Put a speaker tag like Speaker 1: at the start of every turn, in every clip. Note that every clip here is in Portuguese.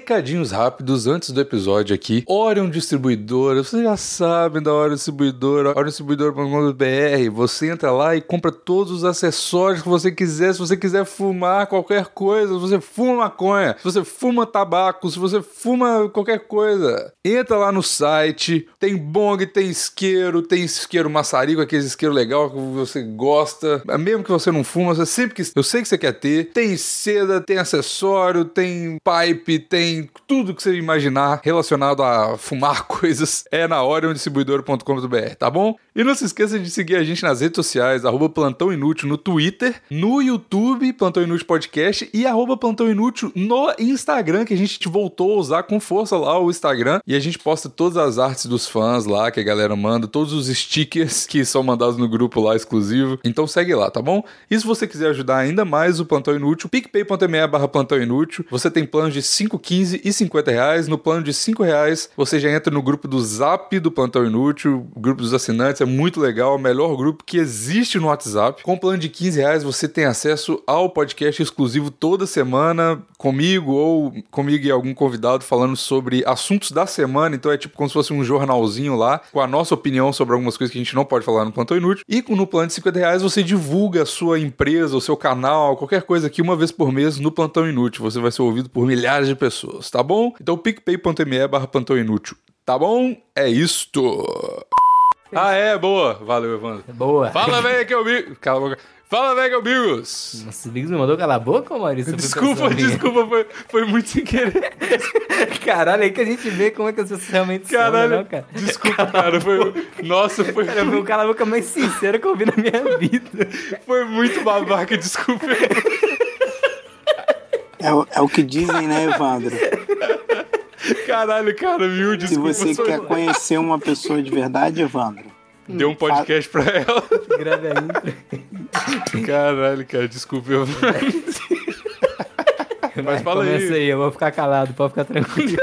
Speaker 1: Recadinhos rápidos antes do episódio aqui. Orion Distribuidora, vocês já sabem da Orion Distribuidora, oriondistribuidora.com.br. Você entra lá e compra todos os acessórios que você quiser. Se você quiser fumar qualquer coisa, se você fuma maconha, se você fuma tabaco, se você fuma qualquer coisa, entra lá no site. Tem bong, tem isqueiro, tem isqueiro maçarico, aquele isqueiro legal que você gosta. Mesmo que você não fuma, você sempre que eu sei que você quer ter. Tem seda, tem acessório, tem pipe, tem tudo que você imaginar relacionado a fumar coisas é na oriondistribuidor.com.br, tá bom? E não se esqueça de seguir a gente nas redes sociais, arroba Plantão Inútil no Twitter, no YouTube, Plantão Inútil Podcast e arroba Plantão Inútil no Instagram, que a gente voltou a usar com força lá o Instagram e a gente posta todas as artes dos fãs lá que a galera manda, todos os stickers que são mandados no grupo lá exclusivo. Então segue lá, tá bom? E se você quiser ajudar ainda mais o Plantão Inútil, picpay.me barra Plantão Inútil, você tem planos de 5, 15 e 50 reais. No plano de 5 reais, você já entra no grupo do Zap do Plantão Inútil, o grupo dos assinantes, é muito legal, o melhor grupo que existe no WhatsApp. Com o plano de 15 reais, você tem acesso ao podcast exclusivo toda semana, comigo ou comigo e algum convidado falando sobre assuntos da semana. Então é tipo como se fosse um jornalzinho lá, com a nossa opinião sobre algumas coisas que a gente não pode falar no Plantão Inútil. E no plano de 50 reais, você divulga a sua empresa, o seu canal, qualquer coisa aqui uma vez por mês no Plantão Inútil. Você vai ser ouvido por milhares de pessoas, tá bom? Então picpay.me barra plantão inútil, tá bom? É isto! Ah, é, boa! Valeu, Evandro.
Speaker 2: É Boa.
Speaker 1: Fala, velho, que eu vi... Cala a boca. Fala, velho, que eu Bigos!
Speaker 2: Nossa, o Biggs me mandou calar a boca, Maurício?
Speaker 1: Desculpa,
Speaker 2: Foi pessoa
Speaker 1: desculpa, foi, foi muito sem querer.
Speaker 2: minha. Caralho, aí que a gente vê como é que as pessoas realmente
Speaker 1: Caralho,
Speaker 2: são, né, não, cara?
Speaker 1: desculpa, cara. Foi, nossa, foi,
Speaker 2: Cara, foi o cala a boca mais sincero que eu vi na minha vida.
Speaker 1: foi muito babaca, desculpa.
Speaker 3: É, o- é o que dizem, né, Evandro?
Speaker 2: É
Speaker 1: Caralho, cara, viu?
Speaker 3: Se
Speaker 1: Desculpa,
Speaker 3: você
Speaker 1: sou-
Speaker 3: quer conhecer uma pessoa de verdade, Evandro,
Speaker 1: deu um podcast pra ela.
Speaker 2: Grave a intro.
Speaker 1: Caralho, cara, desculpa. Eu... Mas fala aí.
Speaker 2: Começa aí, eu vou ficar calado, pode ficar tranquilo.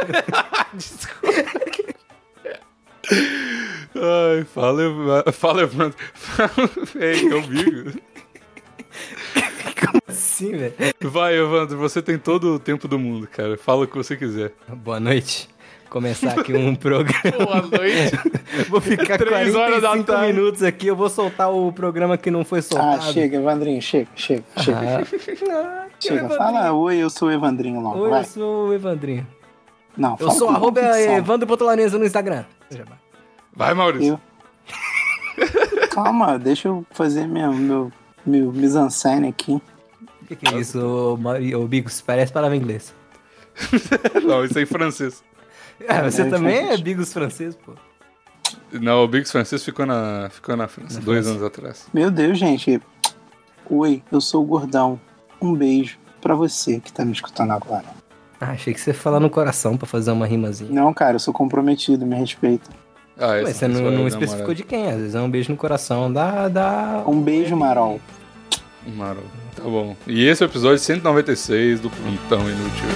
Speaker 1: Ai, fala, Eva- fala, Evandro. Fala, é velho, que eu Bigos.
Speaker 2: Sim, velho.
Speaker 1: Vai, Evandro, você tem todo o tempo do mundo, cara. Fala o que você quiser.
Speaker 2: Boa noite. Começar aqui um programa.
Speaker 1: Boa noite.
Speaker 2: Vou ficar
Speaker 1: Três horas da
Speaker 2: 45
Speaker 1: tarde.
Speaker 2: minutos aqui, eu vou soltar o programa que não foi
Speaker 3: Ah,
Speaker 2: soltado.
Speaker 3: chega, Evandrinho, chega, chega, chega. chega. Fala, oi, eu sou o Evandrinho logo,
Speaker 2: Oi,
Speaker 3: vai. um
Speaker 2: eu sou o Evandrinho.
Speaker 3: Não,
Speaker 2: Eu
Speaker 3: fala
Speaker 2: sou
Speaker 3: com
Speaker 2: arroba
Speaker 3: convicção.
Speaker 2: Evandro Potolarenzo no Instagram.
Speaker 1: Vai, Maurício.
Speaker 3: Eu- Calma, deixa eu fazer minha, meu, meu mise-en-scène aqui.
Speaker 2: O que, que é isso, ô, Mauri- ô Bigos? Parece palavra em inglês.
Speaker 1: Não, isso aí é francês.
Speaker 2: Ah, você
Speaker 3: É,
Speaker 2: também
Speaker 3: diferente.
Speaker 2: é Bigos francês, pô.
Speaker 1: Não, o Biggs francês ficou na, ficou na França dois anos atrás.
Speaker 3: Meu Deus, gente. Oi, eu sou o Gordão. Um beijo pra você que tá me escutando agora.
Speaker 2: Ah, achei que você ia falar no coração pra fazer uma rimazinha.
Speaker 3: Não, cara, eu sou comprometido, me respeita.
Speaker 1: Ah,
Speaker 2: Mas você não, não especificou de quem, às vezes é um beijo no coração da... da...
Speaker 3: Um beijo, Marol.
Speaker 1: Maro, tá bom. E esse é o episódio 196 do Plantão Inútil.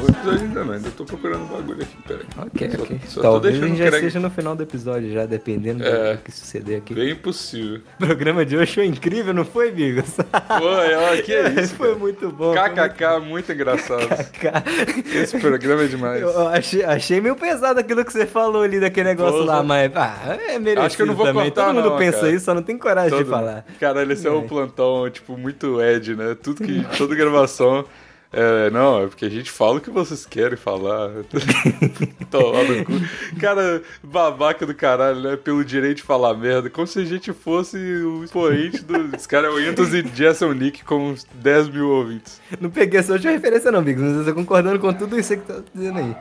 Speaker 1: O episódio ainda não, ainda tô procurando o bagulho aqui, peraí.
Speaker 2: Ok,
Speaker 1: Só-
Speaker 2: ok.
Speaker 1: só tô
Speaker 2: Talvez a
Speaker 1: deixando
Speaker 2: gente
Speaker 1: o
Speaker 2: já um
Speaker 1: craque-
Speaker 2: esteja no final do episódio já, dependendo
Speaker 1: É.
Speaker 2: do que suceder aqui.
Speaker 1: Bem possível.
Speaker 2: O programa de hoje foi incrível, não foi, Bigos?
Speaker 1: Pô, ela, que é isso?
Speaker 2: foi muito bom. foi muito-
Speaker 1: KKK, muito engraçado.
Speaker 2: Kkk.
Speaker 1: Esse programa é demais.
Speaker 2: Eu achei, achei meio pesado aquilo que você falou ali daquele negócio
Speaker 1: Porra.
Speaker 2: lá, mas ah, é merecido
Speaker 1: Acho que eu não vou
Speaker 2: também.
Speaker 1: cortar,
Speaker 2: Todo mundo
Speaker 1: não,
Speaker 2: pensa
Speaker 1: cara.
Speaker 2: isso, só não tem coragem de falar.
Speaker 1: Caralho, esse é um plantão, tipo, muito Ed, né? Tudo que. Toda gravação. É, não, é porque a gente fala o que vocês querem falar. Tomar no cu. Cara, babaca do caralho, né? Pelo direito de falar merda. Como se a gente fosse o expoente do. Esse cara é o Entos e Jason Nick com uns 10 mil ouvintes.
Speaker 2: Não peguei essa última referência, não, Bigos, mas eu tô concordando com tudo isso que tá dizendo aí.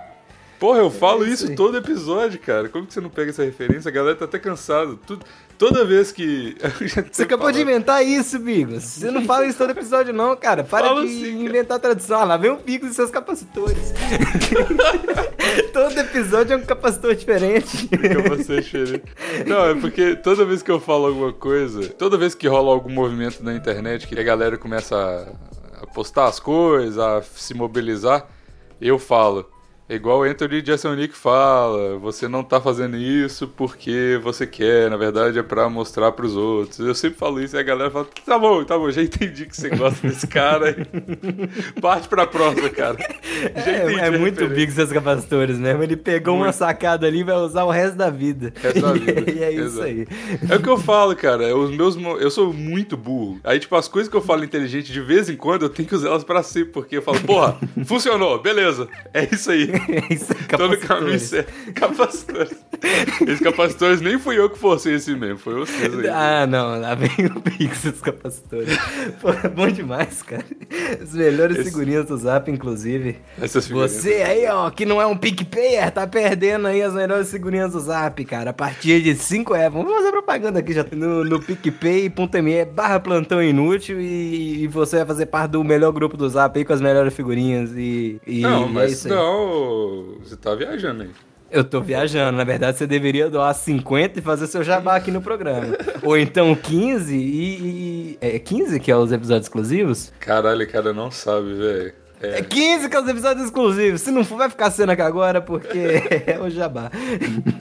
Speaker 1: Porra, eu falo isso,
Speaker 2: É aí.
Speaker 1: todo episódio, cara. Como que você não pega essa referência? A galera tá até cansada. Tu- Toda vez que.
Speaker 2: Você acabou de inventar isso, Bigos. Você não fala isso todo episódio, não, cara. Para
Speaker 1: Falo
Speaker 2: de
Speaker 1: sim, cara.
Speaker 2: inventar tradição. Ah, lá vem o Bigos e seus capacitores. todo episódio é um capacitor diferente.
Speaker 1: Fica você cheirando. Não, é porque toda vez que eu falo alguma coisa, toda vez que rola algum movimento na internet, que a galera começa a- a postar as coisas, a se mobilizar, eu falo. É igual o Anthony Jason Nick fala, você não tá fazendo isso porque você quer, na verdade é pra mostrar pros outros. Eu sempre falo isso e a galera fala, tá bom, tá bom, já entendi que você gosta desse cara. Parte pra próxima, cara. Já
Speaker 2: É,
Speaker 1: entendi
Speaker 2: é
Speaker 1: a
Speaker 2: muito
Speaker 1: referência.
Speaker 2: big seus capacitores mesmo. Ele pegou uma sacada ali e vai usar o resto da vida.
Speaker 1: Resto da vida,
Speaker 2: e é isso
Speaker 1: exato.
Speaker 2: aí.
Speaker 1: É o que eu falo, cara. Os meus, mo- eu sou muito burro. Aí, tipo, as coisas que eu falo inteligente, de vez em quando, eu tenho que usar elas pra si, porque eu falo, porra, funcionou, beleza. É isso aí.
Speaker 2: É isso aí,
Speaker 1: Tô no caminho
Speaker 2: capacitores.
Speaker 1: certo. Capacitores. Esses capacitores nem fui eu que forcei esse mesmo, foi vocês aí.
Speaker 2: Ah, não, lá vem o Pix dos capacitores. Pô, é bom demais, cara. Os melhores
Speaker 1: Esse-
Speaker 2: figurinhas do Zap, inclusive.
Speaker 1: Essas figurinhas.
Speaker 2: Você aí, ó, que não é um PicPayer, tá perdendo aí as melhores figurinhas do Zap, cara. A partir de 5 reais. Vamos fazer propaganda aqui já no, no PicPay.me barra plantão inútil e, e você vai fazer parte do melhor grupo do Zap aí com as melhores figurinhas e... e
Speaker 1: Não,
Speaker 2: é
Speaker 1: mas
Speaker 2: isso aí.
Speaker 1: não, você tá viajando aí.
Speaker 2: Eu tô viajando, na verdade você deveria doar 50 e fazer seu jabá aqui no programa. Ou então 15 e, e- É 15 que é os episódios exclusivos?
Speaker 1: Caralho, cara, não sabe, velho.
Speaker 2: É
Speaker 1: É,
Speaker 2: 15 que é os episódios exclusivos. Se não for, vai ficar cena aqui agora porque é o jabá.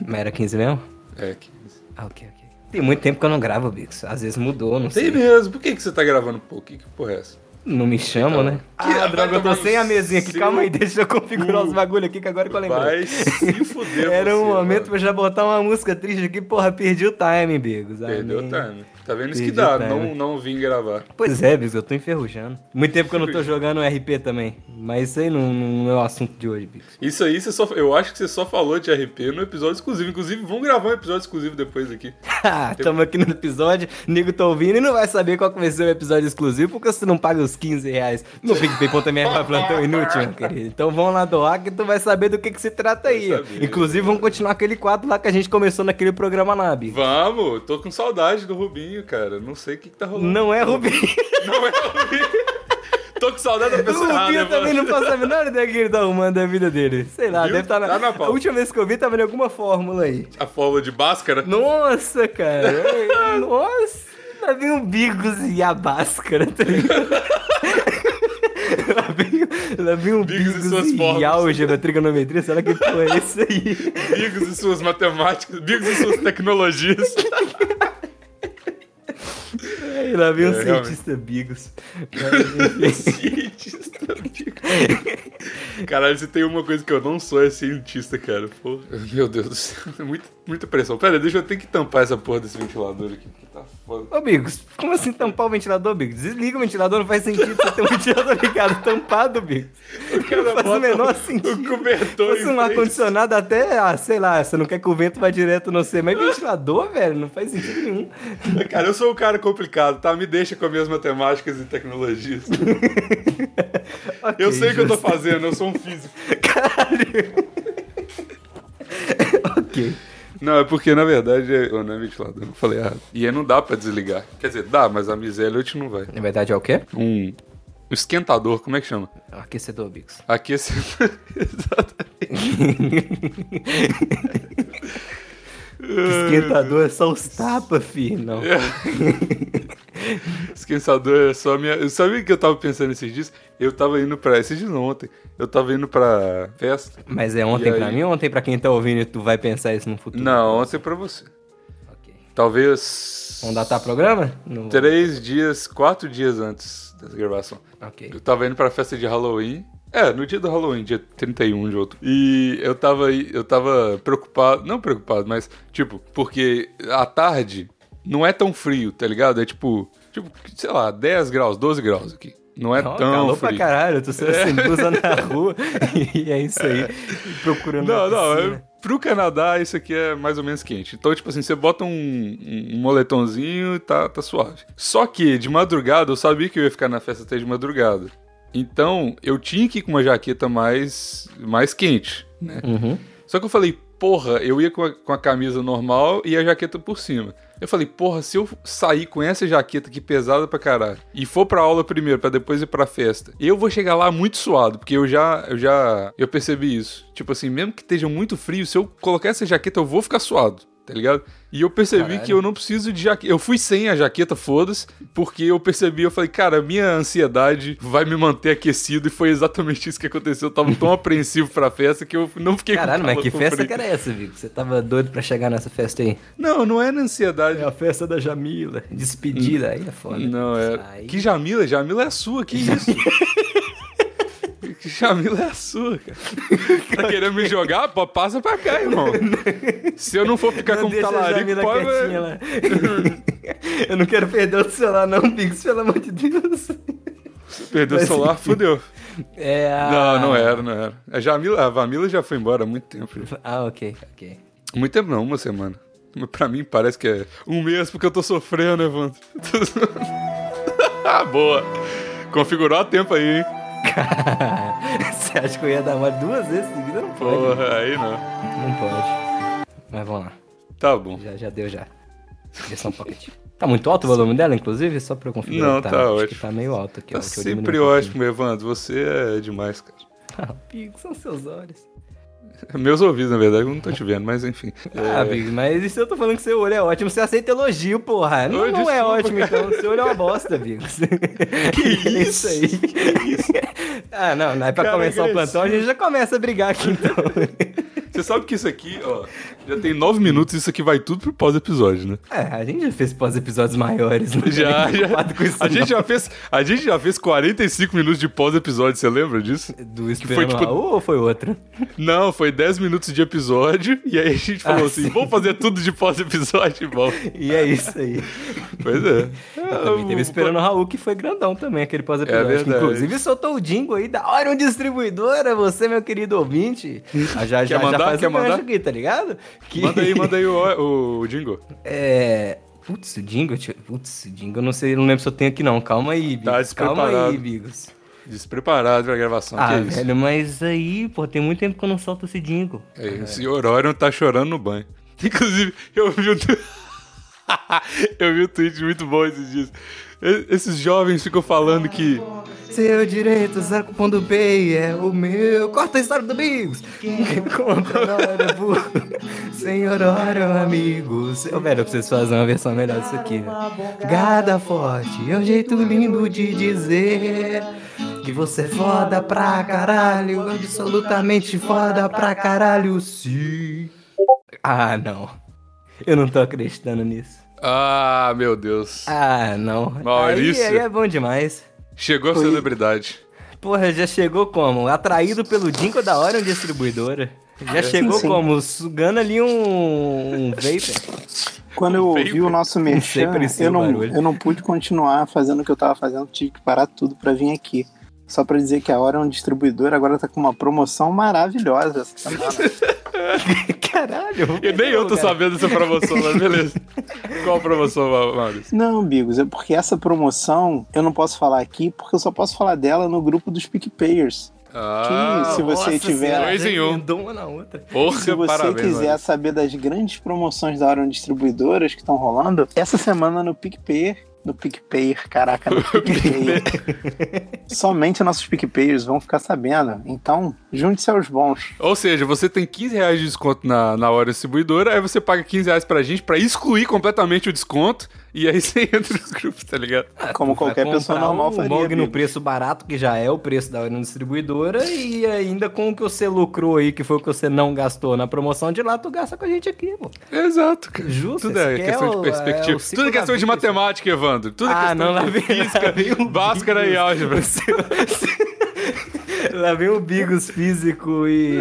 Speaker 2: Mas era 15 mesmo?
Speaker 1: é 15.
Speaker 2: Ah, ok, ok. Tem muito tempo que eu não gravo, Bix. Às vezes mudou, não
Speaker 1: Tem
Speaker 2: sei.
Speaker 1: mesmo, por que, que você tá gravando pouco? Que, que porra é essa?
Speaker 2: Não me chamam, né?
Speaker 1: Que-
Speaker 2: ah, droga,
Speaker 1: vai
Speaker 2: eu
Speaker 1: tomar
Speaker 2: tô sem a
Speaker 1: no
Speaker 2: mesinha aqui.
Speaker 1: seu
Speaker 2: Calma aí, deixa eu configurar
Speaker 1: cu.
Speaker 2: os bagulho aqui que agora que eu lembrei.
Speaker 1: Uh, Vai se fuder
Speaker 2: Era
Speaker 1: você,
Speaker 2: um momento
Speaker 1: mano.
Speaker 2: pra eu já botar uma música triste aqui, porra, perdi o time, Bigos.
Speaker 1: Perdeu o
Speaker 2: Amém.
Speaker 1: time. Tá vendo isso que
Speaker 2: Perdi
Speaker 1: dá,
Speaker 2: o time.
Speaker 1: não, não vim gravar.
Speaker 2: Pois é, Bigos, eu tô enferrujando. Muito tempo que eu não tô jogando RP também. Mas isso aí não, não é o assunto de hoje, Bigos.
Speaker 1: Isso aí, você só, eu acho que você só falou de RP no episódio exclusivo. Inclusive, vamos gravar um episódio exclusivo depois aqui.
Speaker 2: Ah, tamo aqui no episódio, nego tá ouvindo e não vai saber qual que vai ser o episódio exclusivo, porque você não paga os 15 reais no PicPay.me pra plantão um inútil, meu querido. Então vão lá doar que tu vai saber do que que se trata aí. ó.
Speaker 1: saber. né?
Speaker 2: Inclusive, vamos continuar aquele quadro lá que a gente começou naquele programa lá, Bigos.
Speaker 1: Vamos, tô com saudade do Rubinho, cara. Não sei o que, que tá rolando.
Speaker 2: Não é Rubinho.
Speaker 1: Não é o Rubinho. tô com saudade da
Speaker 2: O
Speaker 1: pessoa. errada,
Speaker 2: Rubinho também
Speaker 1: né, mano.
Speaker 2: não faz a menor ideia do que ele tá arrumando a vida dele. Sei lá,
Speaker 1: Viu?
Speaker 2: deve estar na...
Speaker 1: Tá na pauta.
Speaker 2: A última vez que eu vi tava em alguma fórmula aí.
Speaker 1: A fórmula de Bhaskara.
Speaker 2: Nossa, cara. Ei, Nossa. Lá vem o Bigos e a Báscara, tá ligado? Lá vem, lá vem o
Speaker 1: Bigos e
Speaker 2: Bigos,
Speaker 1: suas
Speaker 2: e,
Speaker 1: fórmulas.
Speaker 2: álgebra, trigonometria, será que porra é isso aí?
Speaker 1: Bigos e suas matemáticas, Bigos e suas tecnologias.
Speaker 2: Aí lá vem o
Speaker 1: É,
Speaker 2: cientista Bigos. Mas, enfim.
Speaker 1: cientista, Bigos. Caralho, se tem uma coisa que eu não sou é cientista, cara. Porra. Meu Deus do céu, é muita, muita pressão. Pera, deixa eu ter que tampar essa porra desse ventilador aqui. porque Tá foda.
Speaker 2: Ô, Bigos, como assim tampar o ventilador, Bigos? Desliga o ventilador, não faz sentido você ter um ventilador ligado, tampado, Bigos.
Speaker 1: O cara
Speaker 2: Não faz o
Speaker 1: bota
Speaker 2: menor
Speaker 1: O
Speaker 2: sentido.
Speaker 1: cobertor
Speaker 2: fosse
Speaker 1: em
Speaker 2: um
Speaker 1: frente.
Speaker 2: ar-condicionado até, ah, sei lá, você não quer que o vento vá direto no você, mas ventilador, velho, não faz sentido nenhum.
Speaker 1: Cara, eu sou um cara complicado, tá? Me deixa com as minhas matemáticas e tecnologias. Eu sei o que eu tô fazendo, eu sou um físico.
Speaker 2: Ok.
Speaker 1: Não, é porque na verdade é- eu não é ventilador, eu falei errado. E aí não dá pra desligar. Quer dizer, dá, mas a miséria hoje não vai.
Speaker 2: Na verdade é o quê?
Speaker 1: Um um esquentador, como é que chama?
Speaker 2: Aquecedor, Bigos.
Speaker 1: Aqui é esse. Exatamente.
Speaker 2: Esquentador é só os tapas, filho, não.
Speaker 1: Esquentador é só minha. Sabe o que eu tava pensando esses dias? Eu tava indo pra. Esses dias não, ontem. Eu tava indo pra festa.
Speaker 2: Mas é ontem
Speaker 1: E aí?
Speaker 2: pra mim ou ontem pra quem tá ouvindo e tu vai pensar isso no futuro?
Speaker 1: Não, ontem é pra você.
Speaker 2: Ok.
Speaker 1: Talvez.
Speaker 2: Vamos datar programa? Não.
Speaker 1: Três dias, quatro dias antes dessa gravação.
Speaker 2: Ok.
Speaker 1: Eu tava indo pra festa de Halloween. É, no dia do Halloween, dia 31 de outubro. E eu tava, aí- eu tava preocupado, não preocupado, mas tipo, porque à tarde não é tão frio, tá ligado? É tipo, tipo, sei lá, 10 graus, 12 graus aqui. Não é
Speaker 2: Ó,
Speaker 1: tão
Speaker 2: calor
Speaker 1: frio. É.
Speaker 2: pra caralho, tu sendo sem blusa na rua e é isso aí, procurando
Speaker 1: Não,
Speaker 2: uma
Speaker 1: não,
Speaker 2: piscina.
Speaker 1: é, pro Canadá isso aqui é mais ou menos quente. Então, tipo assim, você bota um, um- um moletomzinho e tá, tá suave. Só que de madrugada eu sabia que eu ia ficar na festa até de madrugada. Então, eu tinha que ir com uma jaqueta mais, mais quente, né?
Speaker 2: Uhum.
Speaker 1: Só que eu falei, porra, eu ia com a, com a camisa normal e a jaqueta por cima. Eu falei, porra, se eu sair com essa jaqueta aqui pesada pra caralho e for pra aula primeiro, pra depois ir pra festa, eu vou chegar lá muito suado, porque eu já, eu já, eu percebi isso. Tipo assim, mesmo que esteja muito frio, se eu colocar essa jaqueta, eu vou ficar suado. tá ligado? E eu percebi
Speaker 2: Caralho.
Speaker 1: que eu não preciso de jaqueta. Eu fui sem a jaqueta, foda-se, porque eu percebi, eu falei, cara, minha ansiedade vai me manter aquecido, e foi exatamente isso que aconteceu. Eu tava tão apreensivo pra festa que eu não fiquei
Speaker 2: Caralho, mas
Speaker 1: calor
Speaker 2: que
Speaker 1: por
Speaker 2: festa
Speaker 1: frente.
Speaker 2: que era essa, Vico? Você tava doido pra chegar nessa festa aí?
Speaker 1: Não, não era ansiedade.
Speaker 2: É a festa da Jamila. Despedida, aí é foda.
Speaker 1: Não, é.
Speaker 2: Aí-
Speaker 1: Que Jamila? Jamila é a sua, que isso? Que Jamila é a sua, cara. Tá querendo me jogar? Pô, passa pra cá, irmão. Se eu não for ficar
Speaker 2: Não
Speaker 1: com
Speaker 2: deixa a
Speaker 1: talarico,
Speaker 2: Jamila
Speaker 1: pode.
Speaker 2: quietinha lá. Eu não quero perder o celular não, Pix, pelo amor de Deus.
Speaker 1: Perdeu o
Speaker 2: Mas-
Speaker 1: celular, fudeu.
Speaker 2: É a...
Speaker 1: Não, não era, não era. A Jamila, a Vamila já foi embora há muito tempo. já.
Speaker 2: Ah, ok, ok.
Speaker 1: Muito tempo não, uma semana. Pra mim parece que é um mês porque eu tô sofrendo, Evandro. Ah, Boa. Configurou a tempo aí, hein?
Speaker 2: Você acha que eu ia dar mais duas vezes seguida? Não pode.
Speaker 1: Porra, aí não.
Speaker 2: Não pode. Mas vamos lá.
Speaker 1: Tá bom.
Speaker 2: Já, já deu já. Versão pocket. Tá muito alto o volume dela, inclusive? Só pra eu configurar.
Speaker 1: Não, tá
Speaker 2: acho que
Speaker 1: ótimo.
Speaker 2: tá meio alto aqui.
Speaker 1: Tá
Speaker 2: ó, que eu
Speaker 1: sempre
Speaker 2: diminui um pouquinho.
Speaker 1: ótimo, Evandro. Você é demais, cara.
Speaker 2: Ah, Pix, são seus olhos.
Speaker 1: Meus ouvidos, na verdade, eu não tô te vendo, mas enfim. É,
Speaker 2: Ah, Biggs, mas isso eu tô falando que seu olho é ótimo, você aceita elogio, porra. Não,
Speaker 1: Ô,
Speaker 2: não é
Speaker 1: desculpa,
Speaker 2: ótimo, então. Seu olho é uma bosta, Biggs.
Speaker 1: Que
Speaker 2: É isso aí.
Speaker 1: isso? Que isso?
Speaker 2: Ah, não, não. É pra
Speaker 1: Cara
Speaker 2: começar o
Speaker 1: agressivo.
Speaker 2: plantão, a gente já começa a brigar aqui, então.
Speaker 1: Você sabe que isso aqui, ó, já tem nove minutos e isso aqui vai tudo pro pós-episódio, né?
Speaker 2: É, a gente já fez pós-episódios maiores, não
Speaker 1: Já,
Speaker 2: tô nem
Speaker 1: já.
Speaker 2: preocupado com isso,
Speaker 1: a, gente
Speaker 2: não.
Speaker 1: já fez, a gente já fez 45 minutos de pós-episódio, você lembra disso?
Speaker 2: Do
Speaker 1: foi,
Speaker 2: Esperando
Speaker 1: tipo-
Speaker 2: Raul ou foi outro?
Speaker 1: Não, foi 10 minutos de episódio e aí a gente falou
Speaker 2: Ah,
Speaker 1: assim:
Speaker 2: sim.
Speaker 1: vamos fazer tudo de pós-episódio, bom.
Speaker 2: E é isso aí.
Speaker 1: Pois é. Ah,
Speaker 2: Eu também teve Esperando o Raul, que foi grandão também, aquele
Speaker 1: É
Speaker 2: pós-episódio. que
Speaker 1: verdade.
Speaker 2: inclusive, soltou o jingle aí da Orion Distribuidora, é você, meu querido ouvinte. Ah, Já, já, já
Speaker 1: mandar?
Speaker 2: faz
Speaker 1: Quer
Speaker 2: o gancho
Speaker 1: mandar?
Speaker 2: aqui, tá ligado? Que-
Speaker 1: Manda aí, manda aí o, o, o Jingle.
Speaker 2: É... Putz, o Dingo... deixa eu- Putz, o Dingo, eu não sei, não lembro se eu tenho aqui não. Calma aí, Bigos.
Speaker 1: Tá
Speaker 2: Calma aí,
Speaker 1: despreparado.
Speaker 2: Bigos.
Speaker 1: Despreparado pra gravação,
Speaker 2: Ah,
Speaker 1: que isso?
Speaker 2: velho, mas aí, pô, tem muito tempo que eu não solto esse Dingo.
Speaker 1: É, o senhor Orion tá chorando no banho. Inclusive, eu vi o tu- Eu vi um tweet muito bom esses dias. E- Esses jovens ficam falando que.
Speaker 2: Seu direito, usar cupom do BEI é o meu. Corta a história do Bigos. Contra na hora, burro. Senhor, ora, amigo. Seu... Velho, eu preciso fazer uma versão melhor disso aqui. né? velho. Gada forte é um jeito lindo de dizer que você é foda pra caralho. Absolutamente foda pra caralho, sim. Ah, não. Eu não tô acreditando nisso.
Speaker 1: Ah, meu Deus.
Speaker 2: Ah, não.
Speaker 1: Maurício.
Speaker 2: Aí, aí é bom demais.
Speaker 1: Chegou a celebridade.
Speaker 2: Porra, já chegou como? Atraído pelo Dinko da Orion Distribuidora. Já chegou
Speaker 3: Sim.
Speaker 2: como? Sugando ali um, um vapor.
Speaker 3: Quando eu ouvi o nosso merchan,
Speaker 2: parecia
Speaker 3: eu
Speaker 2: o
Speaker 3: não,
Speaker 2: barulho.
Speaker 3: eu não pude continuar fazendo o que eu tava fazendo, tive que parar tudo pra vir aqui. Só pra dizer que a hora é um distribuidor, agora tá com uma promoção maravilhosa essa semana.
Speaker 2: Caralho.
Speaker 1: E nem eu tô
Speaker 2: cara.
Speaker 1: sabendo dessa promoção, mas beleza. Qual a promoção, Ma- Maurício?
Speaker 3: Não, Bigos, é porque essa promoção eu não posso falar aqui, porque eu só posso falar dela no grupo dos PicPayers.
Speaker 1: Ah,
Speaker 3: se você
Speaker 2: Nossa
Speaker 3: tiver-
Speaker 2: senhora,
Speaker 1: Dois em um.
Speaker 2: emendou uma na outra.
Speaker 1: porra,
Speaker 3: Se você
Speaker 1: parabéns.
Speaker 3: quiser
Speaker 1: Maurício.
Speaker 3: saber das grandes promoções da Orion Distribuidoras que estão rolando, essa semana no PicPay, no PicPay, caraca, no PicPay, somente nossos PicPayers vão ficar sabendo. Então, junte-se aos bons.
Speaker 1: Ou seja, você tem 15 reais de desconto na, na hora distribuidora, aí você paga 15 reais pra gente pra excluir completamente o desconto, e aí você entra no grupo, tá ligado?
Speaker 3: Como
Speaker 2: Ah, Vai
Speaker 3: qualquer
Speaker 2: comprar
Speaker 3: pessoa normal
Speaker 2: um
Speaker 3: faria,
Speaker 2: Mog no
Speaker 3: Bigos.
Speaker 2: preço barato, que já é o preço da Orion Distribuidora, e ainda com o que você lucrou aí, que foi o que você não gastou na promoção de lá, tu gasta com a gente aqui, pô.
Speaker 1: Exato, cara.
Speaker 2: Justo,
Speaker 1: Tudo
Speaker 2: esse
Speaker 1: é
Speaker 2: aqui é
Speaker 1: questão
Speaker 2: o-
Speaker 1: de
Speaker 2: é
Speaker 1: perspectiva.
Speaker 2: o ciclo
Speaker 1: Tudo é
Speaker 2: da
Speaker 1: questão de
Speaker 2: vida,
Speaker 1: matemática, Evandro. Tudo é
Speaker 2: ah,
Speaker 1: questão
Speaker 2: não, lá
Speaker 1: de
Speaker 2: vem, lá
Speaker 1: física,
Speaker 2: vem o
Speaker 1: báscara e
Speaker 2: Bigos.
Speaker 1: álgebra.
Speaker 2: Lá vem o Bigos físico e,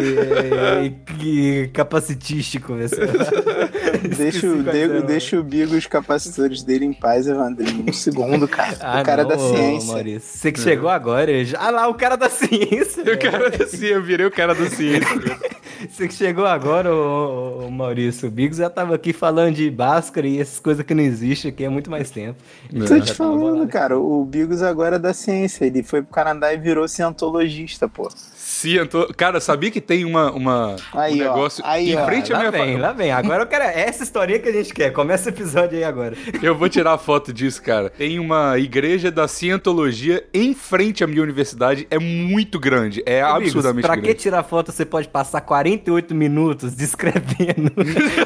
Speaker 2: e- e capacitístico. velho.
Speaker 3: Deixa, o-
Speaker 2: Esqueci quais
Speaker 3: de-
Speaker 2: eram.
Speaker 3: deixa o Bigo e os capacitores dele em paz, Evandrinho. Um segundo, cara.
Speaker 2: Ah,
Speaker 3: o cara é
Speaker 2: não,
Speaker 3: da
Speaker 2: ô,
Speaker 3: ciência.
Speaker 2: Maurício, você que chegou agora. ele já- Ah lá, o cara da ciência.
Speaker 1: Eu
Speaker 2: velho.
Speaker 1: cara da ciência, eu virei o cara da ciência. cara.
Speaker 2: Você que chegou agora, ô, ô, ô, Maurício. O Bigos já tava aqui falando de Bhaskara e essas coisas que não existem aqui há muito mais tempo.
Speaker 3: Tô
Speaker 2: já tá
Speaker 3: te
Speaker 2: na
Speaker 3: falando,
Speaker 2: bolada.
Speaker 3: cara. O Bigos agora é da ciência. Ele foi pro Canadá e virou cientologista, pô.
Speaker 1: Se entrou... Cara, sabia que tem uma, uma
Speaker 3: Aí,
Speaker 1: um
Speaker 3: ó.
Speaker 1: negócio
Speaker 3: Aí,
Speaker 1: em
Speaker 3: ó.
Speaker 1: frente à
Speaker 2: lá
Speaker 1: minha
Speaker 2: vem,
Speaker 1: fa-
Speaker 2: lá vem. Agora eu quero é essa historinha que a gente quer. Começa o episódio aí agora.
Speaker 1: Eu vou tirar a foto disso, cara. Tem uma igreja da cientologia em frente à minha universidade. É muito grande. É
Speaker 2: Amigos,
Speaker 1: absurdamente
Speaker 2: pra que
Speaker 1: grande.
Speaker 2: tirar foto, você pode passar 48 minutos descrevendo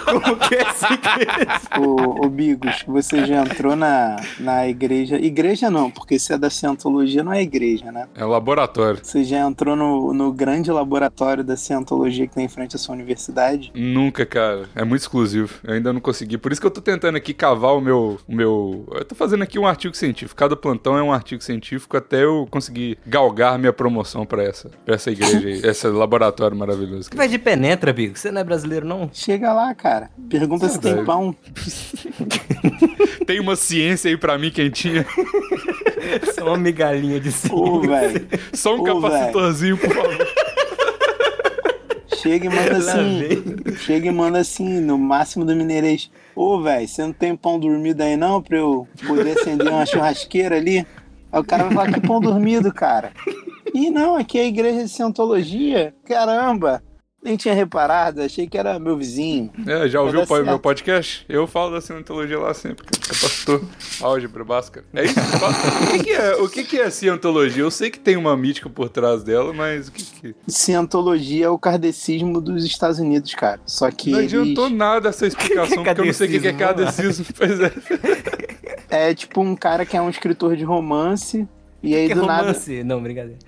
Speaker 2: como que é essa igreja.
Speaker 3: O, o Bigos, você já entrou na, na igreja. Igreja não, porque se é da cientologia não é igreja, né?
Speaker 1: É um laboratório.
Speaker 3: Você já entrou no, no grande laboratório da cientologia que tem em frente à sua universidade?
Speaker 1: Nunca, cara. É muito exclusivo. Eu ainda não consegui. Por isso que eu tô tentando aqui cavar o meu. O meu... Eu tô fazendo aqui um artigo científico. Cada plantão é um artigo científico até eu conseguir galgar minha promoção pra essa, pra essa igreja aí. esse laboratório maravilhoso.
Speaker 2: Você
Speaker 1: cara.
Speaker 2: vai de penetra, Bigo. Você não é brasileiro, não?
Speaker 3: Chega lá, cara. Pergunta se tem
Speaker 1: Verdade.
Speaker 3: pão.
Speaker 1: Tem uma ciência aí pra mim quentinha.
Speaker 2: Só é uma migalhinha de cima.
Speaker 3: Pô, velho.
Speaker 1: Só um
Speaker 3: Ô, véi.
Speaker 1: capacitorzinho, por favor.
Speaker 3: Chega e manda
Speaker 2: Lá
Speaker 3: assim.
Speaker 2: vem.
Speaker 3: chega e manda assim, no máximo do mineirês. Ô, velho, você não tem pão dormido aí não pra eu poder acender uma churrasqueira ali? Aí o cara vai falar, que pão dormido, cara? Ih, não, aqui é a igreja de Cientologia. Caramba! Nem tinha reparado, achei que era meu vizinho.
Speaker 1: É, já ouviu
Speaker 3: Vai
Speaker 1: o
Speaker 3: dar
Speaker 1: po- meu
Speaker 3: certo.
Speaker 1: podcast? Eu falo da cientologia lá sempre. cara. Capacitor, álgebra, básica. É isso? que eu falo? o que, que é, o que, que é cientologia? Eu sei que tem uma mítica por trás dela, mas o que que.
Speaker 3: Cientologia é o kardecismo dos Estados Unidos, cara. Só que
Speaker 1: Não
Speaker 3: eles-
Speaker 1: adiantou nada essa explicação, porque eu não sei o que que é
Speaker 2: catecismo,
Speaker 1: cadecismo. Pois é.
Speaker 3: é tipo um cara que é um escritor de romance. E aí,
Speaker 2: Que é
Speaker 3: do nada,
Speaker 2: romance? Não, brincadeira.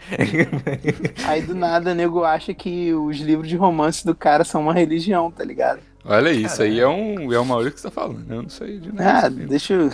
Speaker 3: aí do nada, nego acha que os livros de romance do cara são uma religião, tá ligado?
Speaker 1: Olha, isso aí é um. É o Maurício que você tá falando. Eu não sei de nada.
Speaker 3: Ah,
Speaker 1: disso aí.
Speaker 3: deixa eu.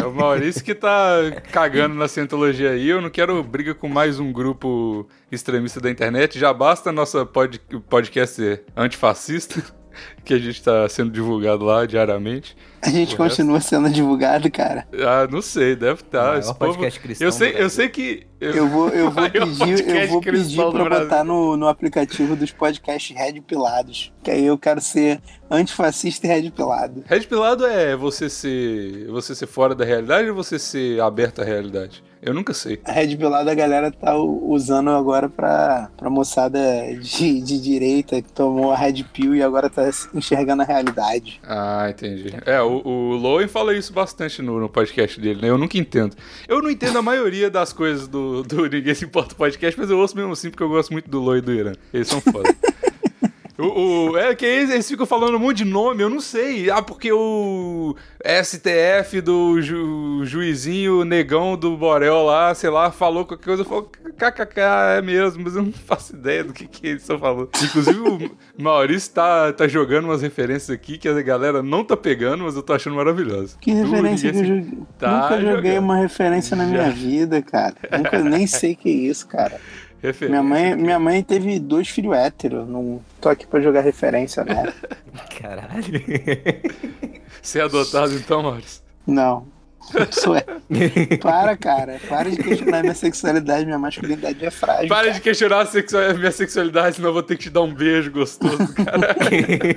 Speaker 1: É o Maurício que tá cagando na cientologia aí. Eu não quero briga com mais um grupo extremista da internet. Já basta a nossa pod- podcast ser antifascista, que a gente tá sendo divulgado lá diariamente.
Speaker 3: A gente
Speaker 1: O
Speaker 3: continua sendo divulgado, cara.
Speaker 1: Ah, não sei, deve estar.
Speaker 2: Maior
Speaker 1: Tá, Esse povo-
Speaker 2: podcast cristão
Speaker 1: Eu sei,
Speaker 2: do
Speaker 1: eu
Speaker 2: Brasil.
Speaker 1: sei que. eu-
Speaker 3: Eu vou, eu vou
Speaker 1: Aí é o
Speaker 3: pedir, eu
Speaker 1: podcast
Speaker 3: vou
Speaker 1: cristão
Speaker 3: pedir
Speaker 1: do
Speaker 3: pra
Speaker 1: Brasil.
Speaker 3: botar no, no aplicativo dos podcasts Red Pilados. Que aí eu quero ser antifascista e Red Pilado.
Speaker 1: Red Pilado é você ser. você ser fora da realidade ou você ser aberto à realidade? Eu nunca sei.
Speaker 3: A Red Pilado a galera tá u- usando agora pra, pra moçada de, de direita que tomou a Red Pill e agora tá se enxergando a realidade.
Speaker 1: Ah, entendi. É, o, o Lowen fala isso bastante no, no podcast dele, né? Eu nunca entendo. Eu não entendo a maioria das coisas do, do Ninguém Se Importa podcast, mas eu ouço mesmo assim porque eu gosto muito do Lowen e do Irã. Eles são foda. O, o- é que eles, eles ficam falando um monte de nome, eu não sei. Ah, porque o STF do ju- juizinho negão do Borel lá, sei lá, falou qualquer coisa. Eu falo, kkk, é mesmo, mas eu não faço ideia do que, que eles estão falando. Inclusive, o Maurício tá, tá jogando umas referências aqui que a galera não tá pegando, mas eu tô achando maravilhosa.
Speaker 3: Que
Speaker 1: Do
Speaker 3: referência que
Speaker 1: Ninguém
Speaker 3: eu
Speaker 1: Se-
Speaker 3: joguei.
Speaker 1: Tá
Speaker 3: Nunca joguei
Speaker 1: jogando.
Speaker 3: uma referência na
Speaker 1: Já.
Speaker 3: minha vida, cara. Nunca nem sei que é isso, cara.
Speaker 1: Referência. é.
Speaker 3: Minha mãe, minha mãe teve dois filhos héteros, não tô aqui pra jogar referência, né? não.
Speaker 2: Caralho.
Speaker 1: Ser adotado então, Maurício.
Speaker 3: Não. Isso é. Para, cara. Para de questionar minha sexualidade, minha masculinidade é frágil.
Speaker 1: Para
Speaker 3: cara.
Speaker 1: de questionar a sexua- minha sexualidade, senão eu vou ter que te dar um beijo gostoso, cara.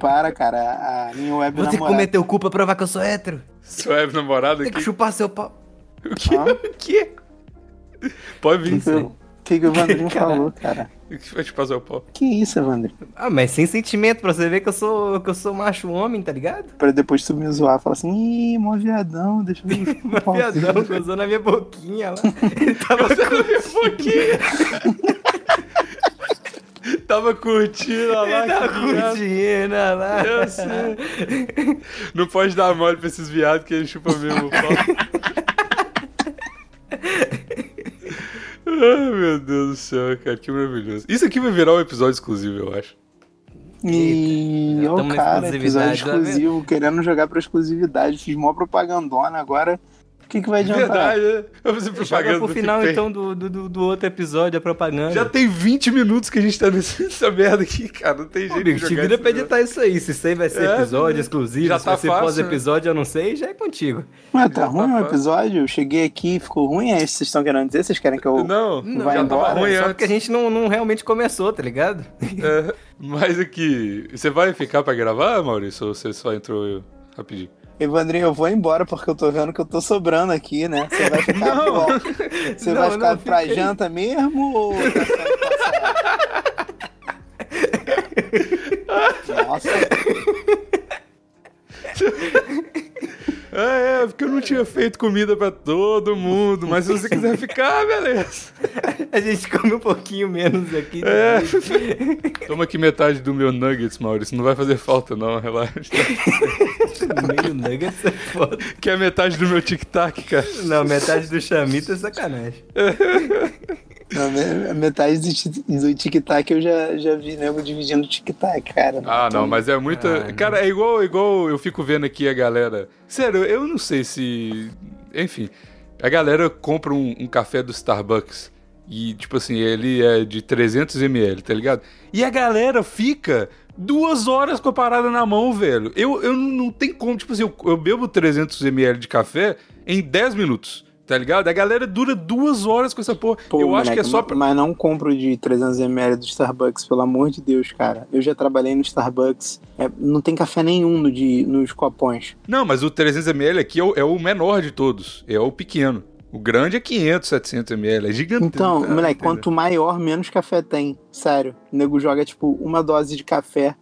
Speaker 3: Para, cara. A minha web
Speaker 2: Você
Speaker 3: namorada.
Speaker 2: cometeu culpa pra provar que eu sou hétero.
Speaker 1: Sua namorada
Speaker 2: Tem que
Speaker 1: aqui.
Speaker 2: chupar seu pau.
Speaker 1: O que?
Speaker 3: Hã?
Speaker 1: O que? Pode vir.
Speaker 3: Então, O que, que o Evandrinho falou, cara?
Speaker 1: O que vai te passar o pau?
Speaker 3: Que isso, Evandrinho?
Speaker 2: Ah, mas sem sentimento, pra você ver que eu sou, que eu sou macho homem, tá ligado?
Speaker 3: Pra depois tu me zoar, falar assim, ih, mó viadão, deixa eu ver.
Speaker 2: Uma viadão gozou na minha boquinha lá. Ele tava
Speaker 1: Tava curtindo olha lá.
Speaker 2: Ele tava
Speaker 1: que viado.
Speaker 2: curtindo olha lá.
Speaker 1: Eu sei. Não pode dar mole pra esses viados que eles chupam mesmo o pau. Ai, meu Deus do céu, cara, que maravilhoso. Isso aqui vai virar um episódio exclusivo, eu acho.
Speaker 3: Ih,
Speaker 2: já
Speaker 3: ó,
Speaker 2: tamo na
Speaker 3: cara, episódio
Speaker 2: exclusividade, tá vendo?
Speaker 3: exclusivo, querendo jogar pra exclusividade, fiz mó propagandona, agora o que, que vai adiantar?
Speaker 1: Verdade, né? Eu vou fazer
Speaker 2: Joga
Speaker 1: propaganda
Speaker 2: pro
Speaker 1: do
Speaker 2: final,
Speaker 1: PicPay.
Speaker 2: então, do, do- do, do outro episódio, a propaganda.
Speaker 1: Já tem 20 minutos que a gente tá nesse- nessa merda aqui, cara. Não tem
Speaker 2: Ô,
Speaker 1: jeito
Speaker 2: Amigo,
Speaker 1: de
Speaker 2: te
Speaker 1: jogar né?
Speaker 2: vira
Speaker 1: esse
Speaker 2: pra
Speaker 1: negócio.
Speaker 2: editar isso aí. Se isso aí vai ser
Speaker 1: É,
Speaker 2: episódio
Speaker 1: né?
Speaker 2: exclusivo,
Speaker 1: Já
Speaker 2: se
Speaker 1: tá
Speaker 2: vai ser
Speaker 1: fácil,
Speaker 2: pós-episódio, eu não sei, já é contigo.
Speaker 3: Ué, tá ruim o
Speaker 1: fácil.
Speaker 3: episódio? Eu cheguei aqui, ficou ruim? É isso que vocês estão querendo dizer? Vocês querem que eu.
Speaker 1: Não,
Speaker 2: Não,
Speaker 3: Vai
Speaker 1: já tava
Speaker 3: embora?
Speaker 1: ruim
Speaker 2: Só
Speaker 1: antes.
Speaker 2: porque a gente não, não realmente começou, tá ligado?
Speaker 1: É, mas aqui, você vai ficar pra gravar, Maurício? Ou você só entrou eu? rapidinho?
Speaker 3: Evandrinho, eu vou embora porque eu tô vendo que eu tô sobrando aqui, né? Você vai ficar,
Speaker 2: Não.
Speaker 3: bom. Você
Speaker 2: Não,
Speaker 3: vai ficar
Speaker 2: não,
Speaker 3: pra
Speaker 2: fica aí.
Speaker 3: janta mesmo? Ou... tá só passar? Nossa,
Speaker 1: Ah, é, porque eu não tinha feito comida pra todo mundo, mas se você quiser ficar, beleza.
Speaker 2: A gente come um pouquinho menos aqui. tá
Speaker 1: É.
Speaker 2: divide.
Speaker 1: Toma aqui metade do meu nuggets, Maurício, não vai fazer falta não, relaxa.
Speaker 2: Meio nuggets é foda.
Speaker 1: Que é metade do meu tic-tac, cara.
Speaker 2: Não, metade do chamito é sacanagem.
Speaker 3: não, me- metade do ti- do tic-tac eu já, já vi nego dividindo tic-tac, cara.
Speaker 1: Ah,
Speaker 3: Então,
Speaker 1: não, mas é muito.
Speaker 2: Ah, não.
Speaker 1: cara, é igual, igual eu fico vendo aqui a galera. Sério, eu não sei se. Enfim, a galera compra um, um café do Starbucks e, tipo assim, ele é de 300ml, tá ligado? E a galera fica duas horas com a parada na mão, velho. Eu, eu não não tem como, tipo assim, eu, eu bebo 300ml de café em 10 minutos. Tá ligado? A galera dura duas horas com essa porra.
Speaker 3: Pô,
Speaker 1: eu acho
Speaker 3: moleque,
Speaker 1: que é só
Speaker 3: ma-
Speaker 1: pra.
Speaker 3: Mas não compro de 300ml do Starbucks, pelo amor de Deus, cara. Eu já trabalhei no Starbucks. é, não tem café nenhum no de, nos copões.
Speaker 1: Não, mas o 300ml aqui é o, é o menor de todos. É o pequeno. O grande é 500, 700ml. É gigante.
Speaker 3: Então,
Speaker 1: Ah,
Speaker 3: moleque,
Speaker 1: entendeu?
Speaker 3: quanto maior, menos café tem. Sério. O nego joga, tipo, uma dose de café.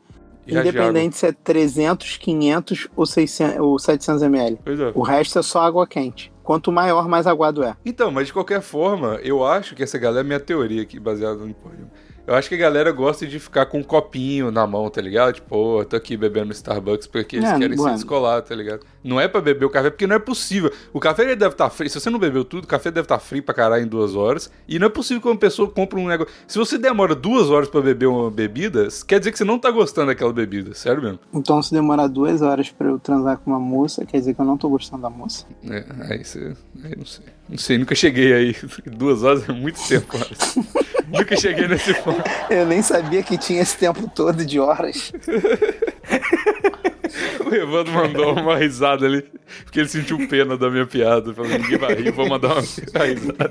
Speaker 1: E a de água?
Speaker 3: independente se é 300, 500 ou, 600, ou 700ml.
Speaker 1: Pois é.
Speaker 3: O resto é só água quente. Quanto maior, mais aguado é.
Speaker 1: Então, mas de qualquer forma, eu acho que essa galera... é Minha teoria aqui, baseada no... porra nenhuma. Eu acho que a galera gosta de ficar com um copinho na mão, tá ligado? Tipo, ô, eu tô aqui bebendo Starbucks porque eles
Speaker 3: É,
Speaker 1: querem se
Speaker 3: mano.
Speaker 1: descolar, tá ligado? Não é pra beber o café, porque não é possível. O café ele deve estar frio. Se você não bebeu tudo, o café deve estar frio pra caralho em duas horas. E não é possível que uma pessoa compre um negócio. Se você demora duas horas pra beber uma bebida, quer dizer que você não tá gostando daquela bebida, sério mesmo.
Speaker 3: Então, se demorar duas horas pra eu transar com uma moça, quer dizer que eu não tô gostando da moça?
Speaker 1: É, aí você. Aí não sei. Não sei, nunca cheguei aí. Duas horas é muito tempo, cara. nunca cheguei nesse ponto.
Speaker 3: Eu nem sabia que tinha esse tempo todo de horas.
Speaker 1: O Evandro mandou uma risada ali, porque ele sentiu pena da minha piada. Falou, ninguém vai rir, vou mandar uma risada.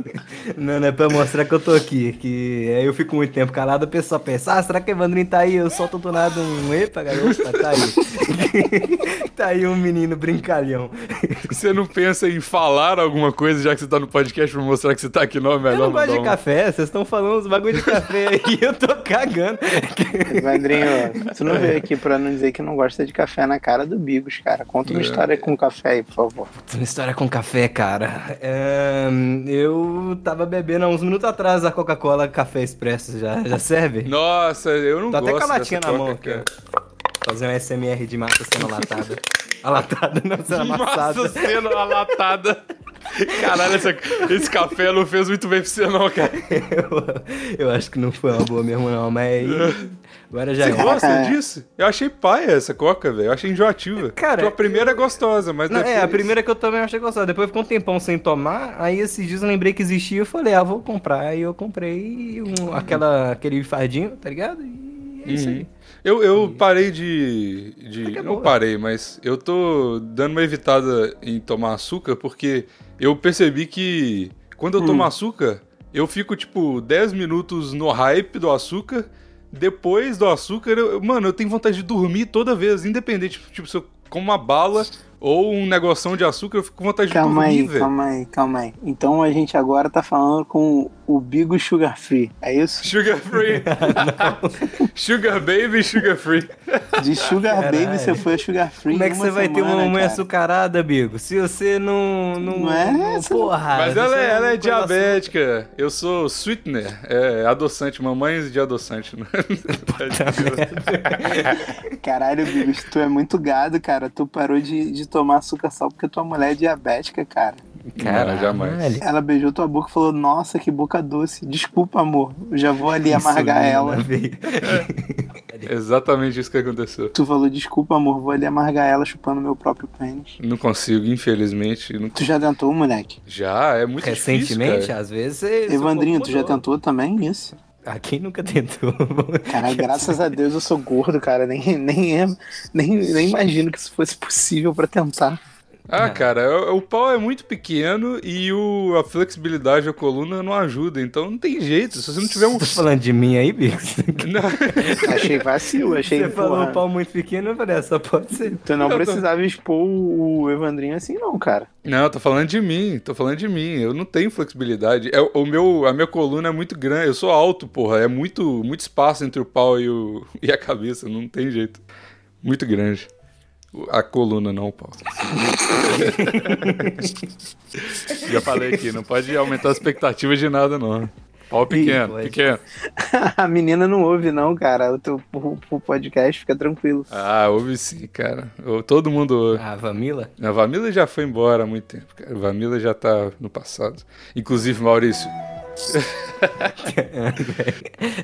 Speaker 2: Não, não é pra mostrar que eu tô aqui. Que aí eu fico muito tempo calado, a pessoa pensa, ah, será que o Evandrinho tá aí? Eu solto do nada um epa, garota, tá aí. tá aí um menino brincalhão. Tá
Speaker 1: Você não pensa em falar alguma coisa, já que você tá no podcast, pra mostrar que você tá aqui, não? É melhor
Speaker 2: Eu não gosto
Speaker 1: mandar
Speaker 2: de
Speaker 1: um-
Speaker 2: café, vocês estão falando uns bagulho de café aí, eu tô cagando.
Speaker 3: Evandrinho, tu não veio aqui pra não dizer que não gosta de café na cara do Bigos, cara. Conta uma
Speaker 1: É.
Speaker 3: história com café aí, por favor.
Speaker 2: Uma história com café, cara. É, eu tava bebendo há uns minutos atrás a Coca-Cola Café Expresso, já, já serve?
Speaker 1: Nossa, eu não
Speaker 2: Tô
Speaker 1: gosto
Speaker 2: até com a latinha
Speaker 1: dessa
Speaker 2: na mão
Speaker 1: coca,
Speaker 2: aqui. Fazendo SMR de massa sendo latada. Alatada, não, sendo amassada.
Speaker 1: Nossa, sendo uma latada. Caralho, essa- esse café não fez muito bem pra você, não, cara.
Speaker 2: Eu- Eu acho que não foi uma boa mesmo, não, mas. Agora já
Speaker 1: Você
Speaker 2: é.
Speaker 1: gosta
Speaker 3: É.
Speaker 1: disso? Eu achei paia essa coca, velho. Eu achei enjoativa.
Speaker 2: Cara,
Speaker 1: Tua primeira é gostosa, mas
Speaker 2: Não,
Speaker 1: depois...
Speaker 2: é, a primeira que eu também achei gostosa. Depois ficou um tempão sem tomar, aí esses dias eu lembrei que existia eu falei, ah, vou comprar. Aí eu comprei
Speaker 1: Uhum.
Speaker 2: um, aquela, aquele fardinho, tá ligado? E é isso aí.
Speaker 1: Eu, eu parei de. de-
Speaker 2: que é
Speaker 1: não
Speaker 2: boa.
Speaker 1: parei, mas eu tô dando uma evitada em tomar açúcar porque eu percebi que quando eu tomo
Speaker 2: Hum.
Speaker 1: açúcar, eu fico tipo 10 minutos no hype do açúcar. Depois do açúcar, eu- eu- mano, eu tenho vontade de dormir toda vez, independente. Tipo, se eu como uma bala ou um negocinho de açúcar, eu fico com vontade
Speaker 3: Calma
Speaker 1: de dormir,
Speaker 3: aí,
Speaker 1: velho.
Speaker 3: calma aí, calma aí. Então a gente agora tá falando com o Bigos Sugar Free, é isso?
Speaker 1: Sugar free. sugar baby, sugar free.
Speaker 3: De Sugar
Speaker 2: Caralho.
Speaker 3: Baby você foi a Sugar Free.
Speaker 2: Como é que
Speaker 3: em
Speaker 2: você vai ter uma
Speaker 3: semana,
Speaker 2: mãe
Speaker 3: cara.
Speaker 2: açucarada, Bigo? Se você não. Não,
Speaker 3: Não é?
Speaker 2: não- porra.
Speaker 1: Mas
Speaker 2: se
Speaker 1: ela,
Speaker 2: você
Speaker 1: é- ela
Speaker 2: não assim.
Speaker 1: é
Speaker 2: come
Speaker 1: diabética. Eu sou sweetener, é adoçante, mamães de adoçante. né?
Speaker 3: Caralho, Bigos, tu é muito gado, cara. Tu parou de, de tomar açúcar só porque tua mulher é diabética, cara.
Speaker 2: açúcar-
Speaker 1: Não, jamais.
Speaker 2: Caralho.
Speaker 3: Ela beijou tua boca e falou, nossa, que boca doce. Desculpa, amor. Eu já vou ali amargar
Speaker 2: Insulina,
Speaker 3: ela.
Speaker 2: velho.
Speaker 1: Exatamente isso que aconteceu.
Speaker 3: Tu falou, desculpa, amor, vou ali amargar ela chupando meu próprio pênis.
Speaker 1: Não consigo, infelizmente. não-
Speaker 3: Tu já tentou, moleque?
Speaker 1: Já, é muito
Speaker 2: Recentemente,
Speaker 1: difícil. cara.
Speaker 2: às vezes. você- seu
Speaker 3: Evandrinho,
Speaker 2: corpo
Speaker 3: tu já
Speaker 2: mudou.
Speaker 3: tentou também isso?
Speaker 2: Ah, quem nunca tentou?
Speaker 3: Cara, graças a Deus eu sou gordo, cara. Nem, nem, é- nem, nem imagino que isso fosse possível pra tentar.
Speaker 1: Ah, cara, o, o pau é muito pequeno e o, a flexibilidade da coluna não ajuda, então não tem jeito. Se você não tiver um.
Speaker 2: Tá falando de mim aí, Bix?
Speaker 3: Achei vacilo, achei.
Speaker 2: Você falou
Speaker 3: porra,
Speaker 2: um pau muito pequeno, eu falei, ah, só pode ser.
Speaker 3: Tu não
Speaker 1: Eu tô-
Speaker 3: precisava expor o Evandrinho assim, não, cara.
Speaker 1: Não, tô falando de mim, tô falando de mim. Eu não tenho flexibilidade. É, o meu, a minha coluna é muito grande. Eu sou alto, porra. É muito, muito espaço entre o pau e, o, e a cabeça. Não tem jeito. Muito grande. O- A coluna, não o pau. Já falei aqui, não pode aumentar a expectativa de nada, não. Pau
Speaker 2: Ih,
Speaker 1: pequeno,
Speaker 2: pode.
Speaker 1: pequeno.
Speaker 3: A menina não ouve, não, cara. O teu o- o podcast fica tranquilo.
Speaker 1: Ah, ouve sim, cara. Eu- Todo mundo ouve.
Speaker 2: Ah, Vamila?
Speaker 1: A Vamila já foi embora há muito tempo, cara. A Vamila já tá no passado. Inclusive, Maurício,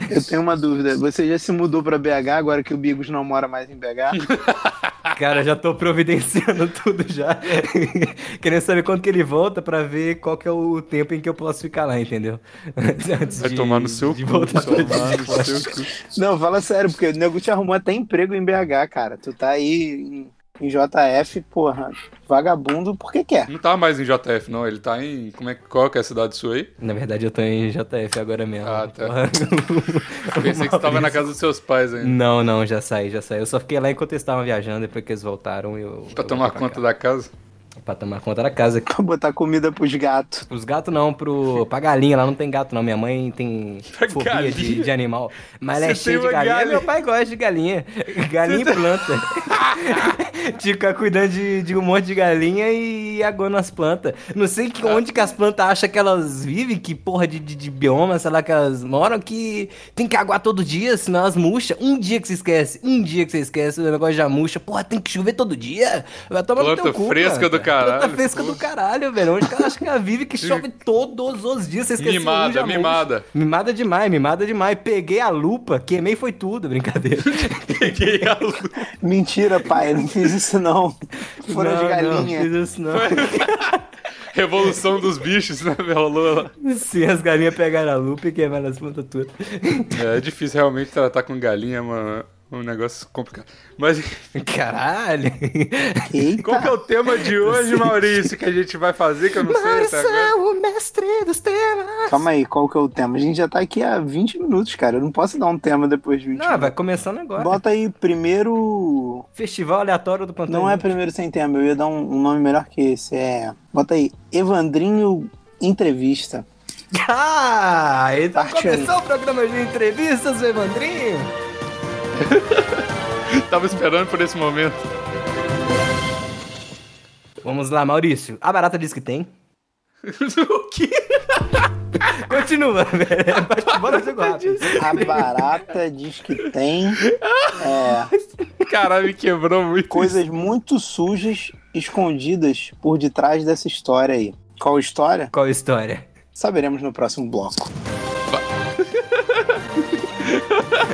Speaker 3: Eu tenho uma dúvida. Você já se mudou pra BH agora que o Bigos não mora mais em BH?
Speaker 2: Cara, já tô providenciando tudo já. Querendo saber quando que ele volta pra ver qual que é o tempo em que eu posso ficar lá, entendeu? Antes
Speaker 1: Vai
Speaker 2: de-
Speaker 1: tomar no seu
Speaker 2: de
Speaker 1: cu.
Speaker 2: voltar pra
Speaker 1: tomar no seu cu.
Speaker 3: Não, fala sério, porque o nego te arrumou até emprego em BH, cara. Tu tá aí em, em JF, porra, vagabundo, por que quer?
Speaker 1: Não tá mais em JF, não. Ele tá em. Como é, que- qual que é a cidade sua aí?
Speaker 2: Na verdade, eu tô em JF agora mesmo.
Speaker 1: Ah, tá.
Speaker 2: Porra.
Speaker 1: Pensei que você tava na casa dos seus pais ainda.
Speaker 2: Não, não, já saí, já saí. Eu só fiquei lá enquanto eles estavam viajando, depois que eles voltaram, eu...
Speaker 1: Pra
Speaker 2: eu
Speaker 1: tomar
Speaker 2: voltei
Speaker 1: conta
Speaker 2: cá.
Speaker 1: da casa.
Speaker 2: Pra tomar conta da casa.
Speaker 3: Pra botar comida pros gatos.
Speaker 2: Os gatos não, pro, pra galinha, lá não tem gato não. Minha mãe tem
Speaker 1: Pra
Speaker 2: fobia de,
Speaker 1: galinha?
Speaker 2: de animal. Mas ela é
Speaker 1: Você tem
Speaker 2: cheia de
Speaker 1: uma
Speaker 2: galinha.
Speaker 1: galinha?
Speaker 2: Meu pai gosta de galinha. Galinha e planta. Fica cuidando de, de um monte de galinha e aguando as plantas. Não sei que,
Speaker 1: Ah.
Speaker 2: onde que as plantas acham que elas vivem, que porra de, de, de bioma, sei lá, que elas moram, que tem que aguar todo dia, senão elas murcham. Um dia que você esquece, um dia que você esquece, o negócio já murcha. Porra, tem que chover todo dia. Vai tomar no teu
Speaker 1: Planta
Speaker 2: cu,
Speaker 1: fresca
Speaker 2: planta.
Speaker 1: do caralho,
Speaker 2: Planta fresca do
Speaker 1: porra.
Speaker 2: Caralho, velho, onde que ela acha que ela vive que chove todos os dias? Você esqueceu
Speaker 1: Mimada,
Speaker 2: um, já morre.
Speaker 1: mimada.
Speaker 2: Mimada demais, mimada demais. Peguei a lupa, queimei foi tudo, brincadeira.
Speaker 1: Peguei a luz.
Speaker 3: Mentira, pai, não fiz isso não. Foram
Speaker 2: não,
Speaker 3: de
Speaker 2: Não,
Speaker 3: galinha.
Speaker 2: fiz isso não.
Speaker 1: Revolução dos bichos, né? Rolou lá.
Speaker 2: Sim, as galinhas pegaram a lupa e queimaram as plantas todas.
Speaker 1: É, é difícil realmente tratar com galinha, é uma- Um negócio complicado. Mas
Speaker 2: Caralho.
Speaker 3: Eita.
Speaker 1: qual que é o tema de hoje, Maurício, que a gente vai fazer, que eu não sei até agora?
Speaker 2: o mestre dos temas.
Speaker 3: Calma aí, qual que é o tema? A gente já tá aqui há 20 minutos, cara. Eu não posso dar um tema depois de 20
Speaker 2: Não,
Speaker 3: minutos.
Speaker 2: vai começando agora.
Speaker 3: Bota aí primeiro.
Speaker 2: Festival aleatório do Pantano.
Speaker 3: Não é primeiro sem tema, eu ia dar um, um nome melhor que esse. É. Bota aí, Evandrinho Entrevista.
Speaker 2: Ah, então
Speaker 3: Parte um.
Speaker 2: começou o programa de entrevistas, meu Evandrinho.
Speaker 1: Tava esperando por esse momento.
Speaker 2: Vamos lá, Maurício. A barata diz que tem.
Speaker 1: o quê?
Speaker 2: Continua, velho. Bate- Bora jogo rápido.
Speaker 3: A barata diz que tem é,
Speaker 1: Caralho, me quebrou muito.
Speaker 3: coisas muito sujas escondidas por detrás dessa história aí. Qual história?
Speaker 2: Qual história?
Speaker 3: Saberemos no próximo bloco.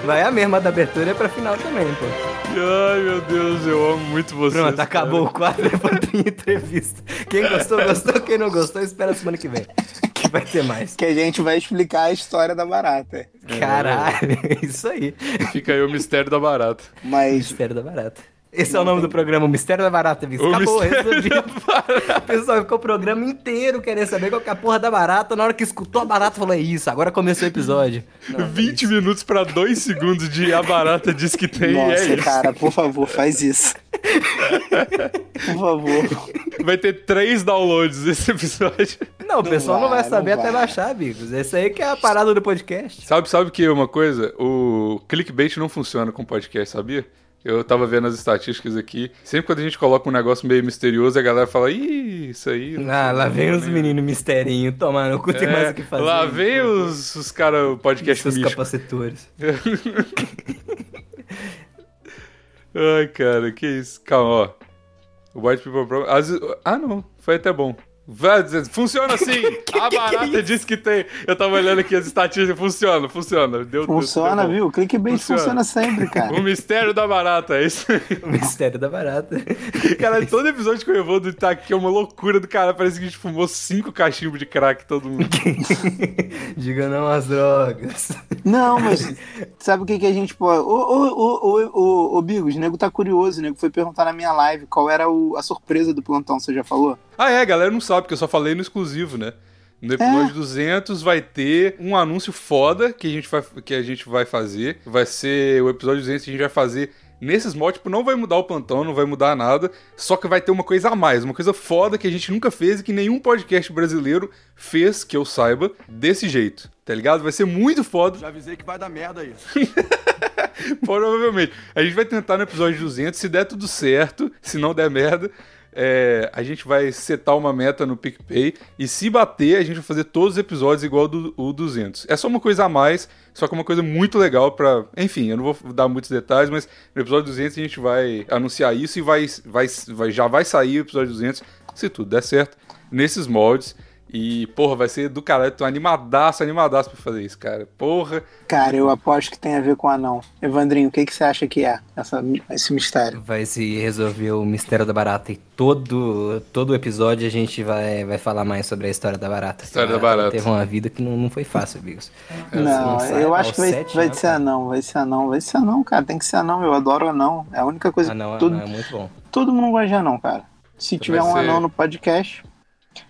Speaker 2: Vai a mesma da abertura pra final também, pô.
Speaker 1: Ai, meu Deus, eu amo muito você.
Speaker 2: Pronto, tá acabou o quadro Evandrinho Entrevista. Quem gostou, gostou. Quem não gostou, espera semana que vem. Que vai ter mais.
Speaker 3: Que a gente vai explicar a história da barata.
Speaker 2: É. Caralho, é isso aí.
Speaker 1: Fica aí o mistério da barata.
Speaker 3: Mas
Speaker 2: Mistério da Barata. Esse é o nome do programa, o Mistério da Barata, Viz.
Speaker 1: O
Speaker 2: Acabou,
Speaker 1: Mistério
Speaker 2: resolvi. O pessoal ficou o programa inteiro querendo saber qual que é a porra da barata. Na hora que escutou a barata, falou: é isso, agora começou o episódio. Não,
Speaker 1: 20 minutos pra 2 segundos de a barata diz que tem e é
Speaker 3: Nossa,
Speaker 1: isso.
Speaker 3: cara, por favor, faz isso. por favor.
Speaker 1: Vai ter 3 downloads esse episódio.
Speaker 2: Não, o
Speaker 3: Não
Speaker 2: pessoal não
Speaker 3: vai,
Speaker 2: vai saber
Speaker 3: não
Speaker 2: até
Speaker 3: vai.
Speaker 2: baixar, amigos. Essa aí que é a parada do podcast.
Speaker 1: Sabe, sabe que uma coisa? O clickbait não funciona com podcast, sabia? Eu tava vendo as estatísticas aqui. Sempre quando a gente coloca um negócio meio misterioso, a galera fala: Ih, isso aí. não
Speaker 2: Ah, lá
Speaker 1: funciona
Speaker 2: vem os
Speaker 1: nem."
Speaker 2: meninos misterinho tomando cu, tem
Speaker 1: É,
Speaker 2: mais o que fazer.
Speaker 1: Lá vem é os, os caras, o podcast
Speaker 2: Seus
Speaker 1: místico.
Speaker 2: capacitores.
Speaker 1: Ai, cara, que isso. Calma, ó. O White People Problem. as- Ah, não. Foi até bom. Vai dizer, Funciona assim. a barata disse que tem. Eu tava olhando aqui as estatísticas. Funciona, funciona. Deu, deu-
Speaker 3: Funciona,
Speaker 1: deu bom.
Speaker 3: viu? Clickbait
Speaker 1: Funciona.
Speaker 3: funciona, sempre,
Speaker 1: O
Speaker 3: cara.
Speaker 1: mistério da barata, é isso. aí.
Speaker 2: O mistério da barata.
Speaker 1: Cara, todo episódio que o Evandro tá aqui é uma loucura do cara. Parece que a gente fumou cinco cachimbos de crack todo mundo.
Speaker 2: Diga não às drogas.
Speaker 3: Não, mas sabe o que, que a gente pode. Ô, ô, ô, ô, ô, ô, Bigos, o nego tá curioso, o nego foi perguntar na minha live qual era o- a surpresa do plantão, você já falou?
Speaker 1: Ah, é, a galera não sabe, porque eu só falei no exclusivo, né? No episódio 200 vai ter um anúncio foda que a gente vai, que a gente vai fazer. Vai ser o episódio 200 que a gente vai fazer nesses mods. Tipo, não vai mudar o plantão, não vai mudar nada. Só que vai ter uma coisa a mais, uma coisa foda que a gente nunca fez e que nenhum podcast brasileiro fez, que eu saiba, desse jeito. Tá ligado? Vai ser muito foda.
Speaker 4: Já avisei que vai dar merda isso.
Speaker 1: Provavelmente. A gente vai tentar no episódio 200. Se der tudo certo, se não der merda, é, a gente vai setar uma meta no PicPay. E se bater, a gente vai fazer todos os episódios igual do, o 200. É só uma coisa a mais, só que é uma coisa muito legal pra. Enfim, eu não vou dar muitos detalhes, mas no episódio 200 a gente vai anunciar isso e vai, vai, vai- já vai sair o episódio 200, se tudo der certo, nesses moldes. E, porra, vai ser do caralho. Tô animadaço, animadaço pra fazer isso, cara. Porra.
Speaker 3: Cara, eu aposto que tem a ver com anão. Evandrinho, o que, que você acha que é essa- esse mistério?
Speaker 2: Vai se resolver o mistério da barata. E todo, todo episódio a gente vai, vai falar mais sobre a história da barata.
Speaker 1: História
Speaker 2: A
Speaker 1: da barata.
Speaker 2: Teve uma vida que não, não foi fácil, amigos.
Speaker 3: não,
Speaker 2: sai
Speaker 3: eu
Speaker 2: aos
Speaker 3: acho que vai,
Speaker 2: sete,
Speaker 3: vai
Speaker 2: né,
Speaker 3: ser
Speaker 2: cara?
Speaker 3: anão, vai ser anão, vai ser anão, cara. Tem que ser anão, eu adoro anão. É a única coisa.
Speaker 2: Ah, não, ah,
Speaker 3: todo,
Speaker 2: não, é muito bom.
Speaker 3: todo mundo gosta de anão, cara. Se tiver um
Speaker 1: ser-
Speaker 3: anão no podcast,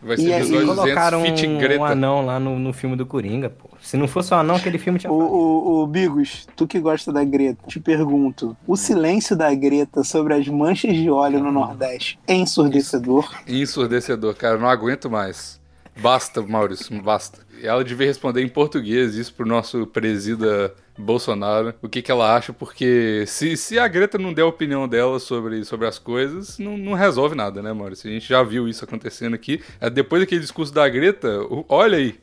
Speaker 1: Vai
Speaker 3: E
Speaker 1: ser
Speaker 3: aí,
Speaker 1: episódio 200,
Speaker 2: Colocaram
Speaker 1: fit
Speaker 2: um,
Speaker 1: Greta.
Speaker 2: um anão lá no, no filme do Coringa, pô. Se não fosse o anão, aquele filme tinha
Speaker 3: o, o, o Bigos, tu que gosta da Greta, te pergunto: o silêncio da Greta sobre as manchas de óleo no Nordeste é ensurdecedor?
Speaker 1: Ensurdecedor, cara, não aguento mais. Basta, Maurício, basta. Ela devia responder em português isso pro nosso presida Bolsonaro, o que, que ela acha, porque se, se a Greta não der a opinião dela sobre, sobre as coisas, não, não resolve nada, né, Maurício? A gente já viu isso acontecendo aqui. É, Depois daquele discurso da Greta, o- olha aí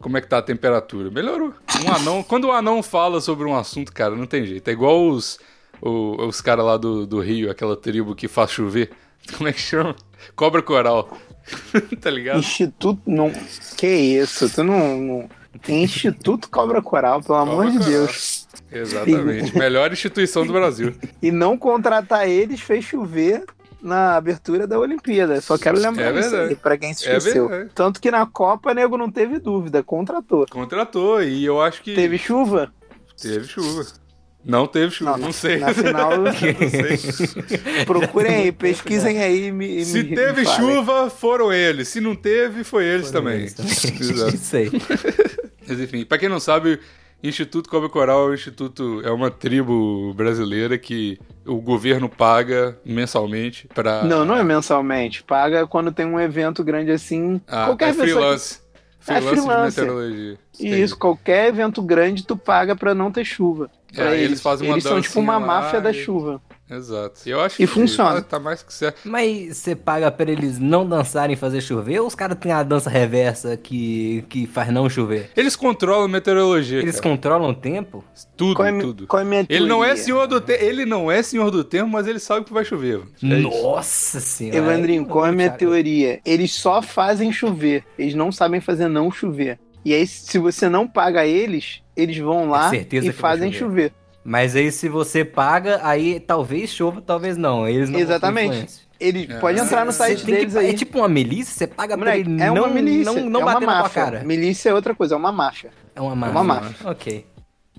Speaker 1: como é que tá a temperatura. Melhorou. Um anão, quando o anão fala sobre um assunto, cara, não tem jeito. É igual os, o- os caras lá do, do Rio, aquela tribo que faz chover. Como é que chama? Cobra coral. tá ligado?
Speaker 3: Instituto. Não. Que isso? Tu não. não- Tem Instituto Cobra Coral, pelo amor de
Speaker 1: Coral.
Speaker 3: Deus.
Speaker 1: Exatamente. Melhor instituição do Brasil.
Speaker 3: E não contratar eles fez chover na abertura da Olimpíada. Só quero lembrar
Speaker 1: É
Speaker 3: isso aí,
Speaker 1: verdade.
Speaker 3: pra quem se
Speaker 1: É
Speaker 3: esqueceu.
Speaker 1: verdade.
Speaker 3: Tanto que na Copa, nego, não teve dúvida, contratou.
Speaker 1: Contratou e eu acho que
Speaker 3: Teve chuva?
Speaker 1: teve chuva. Não teve chuva, não, sei.
Speaker 3: Na final,
Speaker 1: Não sei.
Speaker 3: procurem aí, pesquisem aí e me. e
Speaker 1: Se
Speaker 3: me-
Speaker 1: teve
Speaker 3: me falem.
Speaker 1: chuva, foram eles. Se não teve, foi eles também. Exato.
Speaker 2: Isso aí.
Speaker 1: Mas enfim, pra quem não sabe, Instituto Cobra Coral é um instituto, é uma tribo brasileira que o governo paga mensalmente pra.
Speaker 3: Não, não é mensalmente. Paga quando tem um evento grande assim.
Speaker 1: Ah,
Speaker 3: qualquer
Speaker 1: é
Speaker 3: pessoa- é
Speaker 1: freelance. Freelance,
Speaker 3: freelancer.
Speaker 1: de meteorologia. Entendi.
Speaker 3: E Isso, qualquer evento grande tu paga pra não ter chuva.
Speaker 1: É,
Speaker 3: Pra
Speaker 1: eles fazem uma
Speaker 3: Eles são tipo uma
Speaker 1: dancinha lá
Speaker 3: máfia da
Speaker 1: e-
Speaker 3: chuva.
Speaker 1: Exato. E eu acho que
Speaker 3: E funciona.
Speaker 1: Tá, tá mais que certo.
Speaker 2: Mas você paga pra eles não dançarem e fazer chover ou os caras têm a dança reversa que, que faz não chover?
Speaker 1: Eles controlam a meteorologia.
Speaker 2: Eles
Speaker 1: cara.
Speaker 2: controlam o tempo?
Speaker 1: Tudo,
Speaker 3: Qual é, mi-
Speaker 1: tudo.
Speaker 3: qual é minha
Speaker 1: Ele não é
Speaker 3: teoria?
Speaker 1: senhor do tempo, ele não é senhor do tempo, mas ele sabe que vai chover. mano. É isso.
Speaker 2: Nossa senhora.
Speaker 3: Evandrinho, qual é a minha
Speaker 2: Thiago.
Speaker 3: teoria? Eles só fazem chover. Eles não sabem fazer não chover. E aí, se você não paga eles, eles vão lá
Speaker 2: É certeza
Speaker 3: e
Speaker 2: que vai
Speaker 3: fazem chover.
Speaker 2: Mas aí se você paga, aí talvez chova, talvez não. Eles não
Speaker 3: Exatamente.
Speaker 2: vão ter influência.
Speaker 3: Eles
Speaker 1: É.
Speaker 3: pode entrar no
Speaker 2: Você
Speaker 3: site
Speaker 2: tem que
Speaker 3: deles
Speaker 2: pa-
Speaker 3: aí.
Speaker 2: É tipo uma milícia, você paga
Speaker 3: Moleque,
Speaker 2: pra ele
Speaker 3: é
Speaker 2: não,
Speaker 3: uma milícia,
Speaker 2: não, não
Speaker 3: é
Speaker 2: bater na
Speaker 3: uma
Speaker 2: tua
Speaker 3: máfia.
Speaker 2: cara.
Speaker 3: Milícia é outra coisa, é uma máfia.
Speaker 2: É uma máfia.
Speaker 3: uma máfia.
Speaker 2: Ok.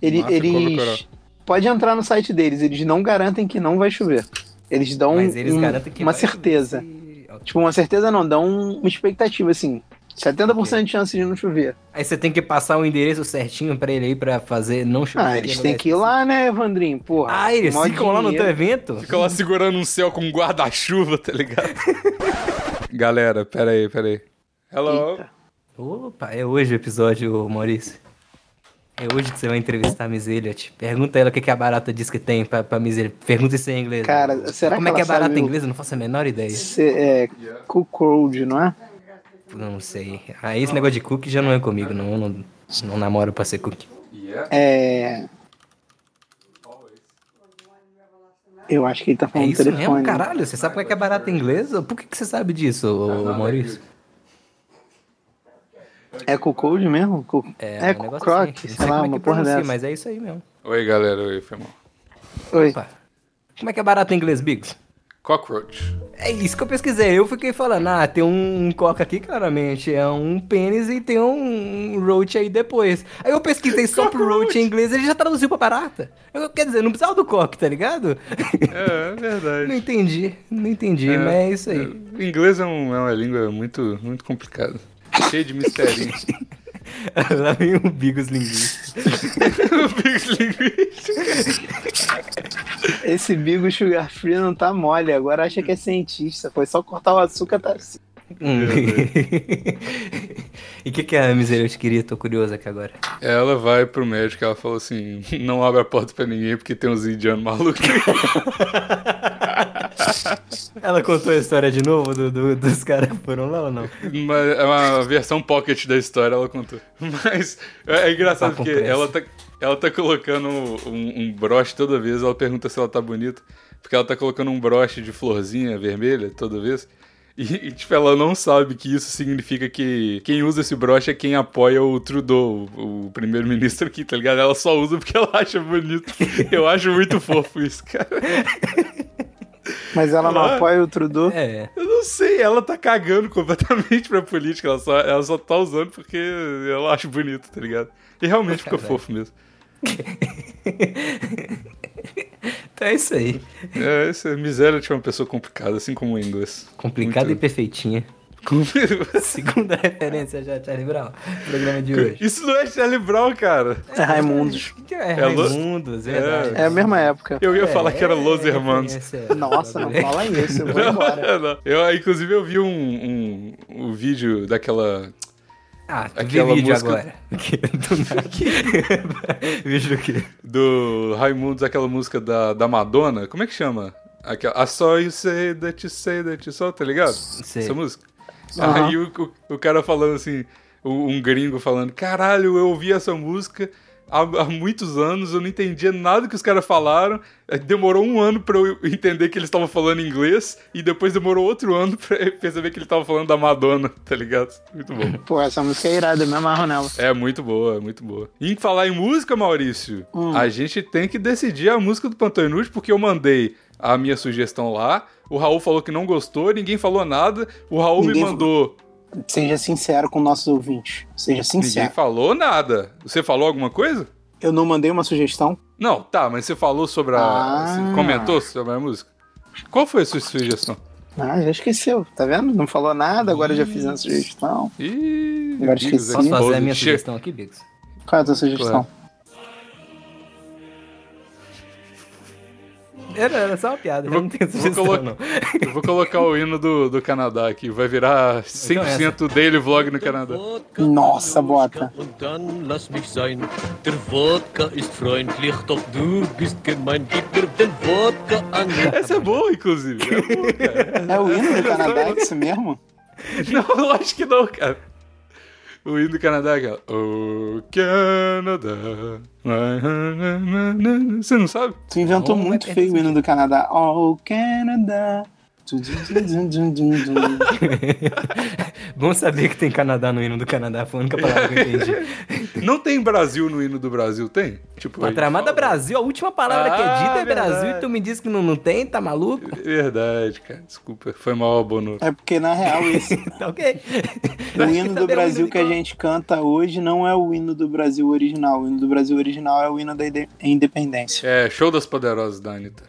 Speaker 3: Ele,
Speaker 1: Máfia, Cobra Coral.
Speaker 3: eles pode entrar no site deles, eles não garantem que não vai chover. Eles dão
Speaker 2: Mas eles
Speaker 3: um-
Speaker 2: garantem que
Speaker 3: uma
Speaker 2: vai
Speaker 3: certeza.
Speaker 2: chover, se-
Speaker 3: Tipo, uma certeza não, dá um- uma expectativa, assim. 70% de chance de não chover.
Speaker 2: Aí você tem que passar o endereço certinho pra ele aí pra fazer não chover. é
Speaker 3: Ah, eles
Speaker 2: no
Speaker 3: têm
Speaker 2: lugar
Speaker 3: que ir lá, né, Evandrinho? Porra.
Speaker 2: Tipo, Ah, eles
Speaker 3: mó
Speaker 2: ficam lá no teu
Speaker 3: dinheiro.
Speaker 2: evento?
Speaker 1: Fica lá segurando um céu com um guarda-chuva, tá ligado? Galera, pera aí, pera aí. Hello.
Speaker 3: Eita.
Speaker 2: Opa, é hoje o episódio, Maurício. É hoje que você vai entrevistar a Miss Elliot. Pergunta ela o que, que a barata diz que tem pra, pra Miss Elliot. Pergunta isso em inglês.
Speaker 3: Cara, será
Speaker 2: Como é
Speaker 3: que
Speaker 2: que é
Speaker 3: ela sabe
Speaker 2: barata em
Speaker 3: o-
Speaker 2: inglês? Eu não faço a menor ideia.
Speaker 3: Cê, é, Cuckold, não é?
Speaker 2: Não sei. Aí esse negócio de cookie já não é comigo, não. Eu não, não namoro pra ser cookie.
Speaker 3: É. Eu acho que ele tá
Speaker 2: É
Speaker 3: falando
Speaker 2: isso
Speaker 3: telefone.
Speaker 2: mesmo, caralho? Você sabe como é que é barata em inglês? Por que, que você sabe disso, ô, ô, Maurício?
Speaker 3: É Cocode mesmo? Co- É,
Speaker 2: um negócio
Speaker 3: Croc,
Speaker 2: assim. Não
Speaker 3: sei lá,
Speaker 2: como é
Speaker 3: uma
Speaker 2: que
Speaker 3: porra
Speaker 2: pronuncia,
Speaker 3: dessa.
Speaker 2: mas é isso aí mesmo.
Speaker 1: Oi, galera. Oi, foi mal.
Speaker 3: Oi.
Speaker 2: Opa. Como é que é barato em inglês, Biggs?
Speaker 1: Cockroach.
Speaker 2: É isso que eu pesquisei. Eu fiquei falando, ah, tem um coca aqui, claramente. É um pênis e tem um roach aí depois. Aí eu pesquisei só pro roach em inglês e ele já traduziu pra barata. Eu, quer dizer, não precisava do coque, tá ligado?
Speaker 1: É, é
Speaker 2: não
Speaker 1: verdade.
Speaker 2: entendi, não entendi,
Speaker 1: É,
Speaker 2: mas é isso aí.
Speaker 1: O inglês é, um- é uma língua muito, muito complicada. Cheia de misterinhos. é.
Speaker 2: Lá vem o Bigos Linguista.
Speaker 3: Esse bigo sugar free não tá mole, agora acha que é cientista. Foi só cortar o açúcar, tá assim.
Speaker 2: Hum. e o que, que a miserante queria? Tô curioso aqui agora.
Speaker 1: ela vai pro médico e ela fala assim: não abre a porta pra ninguém porque tem uns indianos malucos.
Speaker 2: Ela contou a história de novo do- do- dos caras que foram lá ou não?
Speaker 1: Uma, é uma versão pocket da história, ela contou. Mas é, é engraçado
Speaker 2: Tá com
Speaker 1: porque
Speaker 2: pressa.
Speaker 1: ela tá, ela tá colocando um, um broche toda vez, ela pergunta se ela tá bonita, porque ela tá colocando um broche de florzinha vermelha toda vez. E, e, tipo, ela não sabe que isso significa que quem usa esse broche é quem apoia o Trudeau, o, o primeiro-ministro aqui, tá ligado? Ela só usa porque ela acha bonito. Eu acho muito fofo isso, cara.
Speaker 3: Mas ela não
Speaker 1: Ah.
Speaker 3: apoia o Trudeau.
Speaker 2: É.
Speaker 1: Eu não sei, ela tá cagando completamente pra política, ela só, ela só tá usando porque ela acha bonito, tá ligado? E realmente fica fofo mesmo.
Speaker 2: Então é isso aí.
Speaker 1: É, essa miséria de uma pessoa complicada, assim como o inglês.
Speaker 2: Complicada
Speaker 1: Muito.
Speaker 2: e perfeitinha. Segunda referência já, Charlie Brown. Programa de hoje.
Speaker 1: Isso não é Charlie Brown, cara.
Speaker 3: É Raimundos.
Speaker 2: O que é
Speaker 1: É Lu-
Speaker 2: Raimundos, verdade.
Speaker 3: É a mesma época.
Speaker 1: Eu ia
Speaker 2: É,
Speaker 1: falar que era
Speaker 2: é,
Speaker 1: Los
Speaker 2: é,
Speaker 1: Hermanos.
Speaker 2: referência, é,
Speaker 3: Nossa, não
Speaker 2: bagulho.
Speaker 3: fala isso, eu vou embora.
Speaker 1: Não, eu, inclusive, eu vi um, um, um vídeo daquela.
Speaker 2: Ah, tu vi
Speaker 1: Aquela
Speaker 2: vídeo
Speaker 1: música- é
Speaker 2: agora. Que- Do nada. Vídeo do quê?
Speaker 1: do Raimundos, aquela música da, da Madonna. Como é que chama? Aquela, I saw you say that you say that you saw, tá ligado?
Speaker 2: Sei.
Speaker 1: Essa música.
Speaker 3: Aham.
Speaker 1: Aí o, o, o cara falando assim, o- um gringo falando, caralho, eu ouvi essa música há, há muitos anos, eu não entendia nada que os caras falaram. Eh, Demorou um ano pra eu entender que eles estavam falando inglês, e depois demorou outro ano pra eu perceber que ele tava falando da Madonna, tá ligado? Muito bom.
Speaker 3: Pô, essa música é irada, eu me amarro nela.
Speaker 1: É muito boa, é muito boa. E em falar em música, Maurício,
Speaker 3: Hum.
Speaker 1: a gente tem que decidir a música do Pantão Inútil, porque eu mandei a minha sugestão lá, o Raul falou que não gostou, ninguém falou nada, o Raul
Speaker 3: Ninguém
Speaker 1: me mandou,
Speaker 3: Seja sincero com nossos ouvintes. Seja
Speaker 1: ninguém
Speaker 3: sincero.
Speaker 1: falou nada. Você falou alguma coisa?
Speaker 3: Eu não mandei uma sugestão.
Speaker 1: Não, tá, mas você falou sobre a...
Speaker 3: Ah.
Speaker 1: você comentou sobre a música? Qual foi a sua sugestão?
Speaker 3: Ah, já esqueceu, tá vendo? Não falou nada, agora eu já fiz uma sugestão.
Speaker 1: Ih,
Speaker 3: Agora
Speaker 1: amigos,
Speaker 3: esqueci.
Speaker 1: é
Speaker 2: Posso fazer
Speaker 1: foda.
Speaker 2: a minha
Speaker 1: Chega.
Speaker 2: sugestão aqui, Bigos?
Speaker 3: Qual é a tua sugestão?
Speaker 2: Era, era só uma piada, eu
Speaker 1: vou-
Speaker 2: não tenho
Speaker 1: vou
Speaker 2: sugestão,
Speaker 1: colo-
Speaker 2: não.
Speaker 1: Eu vou colocar o hino do, do Canadá aqui, vai
Speaker 2: Então é
Speaker 1: virar 100% Daily Vlog no Canadá.
Speaker 3: Nossa, Bota.
Speaker 4: Und dann lass mich sein. Der Wodka ist freundlich, doch du bist gemein. Gib mir den Wodka an.
Speaker 1: Essa é boa, inclusive. É boa, cara.
Speaker 3: É o hino do Canadá, é isso mesmo?
Speaker 1: Não, lógico que não, cara. O hino do Canadá é aquela. O Canadá. Você não sabe?
Speaker 3: Tu inventou
Speaker 2: Não,
Speaker 3: muito
Speaker 2: vai
Speaker 3: feio o hino do Canadá. Oh, Canadá. Dum, dum, dum, dum, dum, dum.
Speaker 2: Bom saber que tem Canadá no hino do Canadá, foi a única palavra que eu entendi.
Speaker 1: Não tem Brasil no hino do Brasil, tem? Tipo, aí,
Speaker 2: Patramada
Speaker 1: fala.
Speaker 2: Brasil, a última palavra que é
Speaker 1: Ah,
Speaker 2: dita é
Speaker 1: verdade.
Speaker 2: Brasil e tu me diz que não, não tem, tá maluco?
Speaker 1: Verdade, cara. Desculpa. Foi mal, Bono.
Speaker 3: É porque, na real, esse,
Speaker 2: Tá ok.
Speaker 3: o hino
Speaker 2: Também é um
Speaker 3: do Brasil que a
Speaker 2: musical.
Speaker 3: gente canta hoje não é o hino do Brasil original. O hino do Brasil original é o hino da ide- independência.
Speaker 1: É, show das poderosas da Anitta.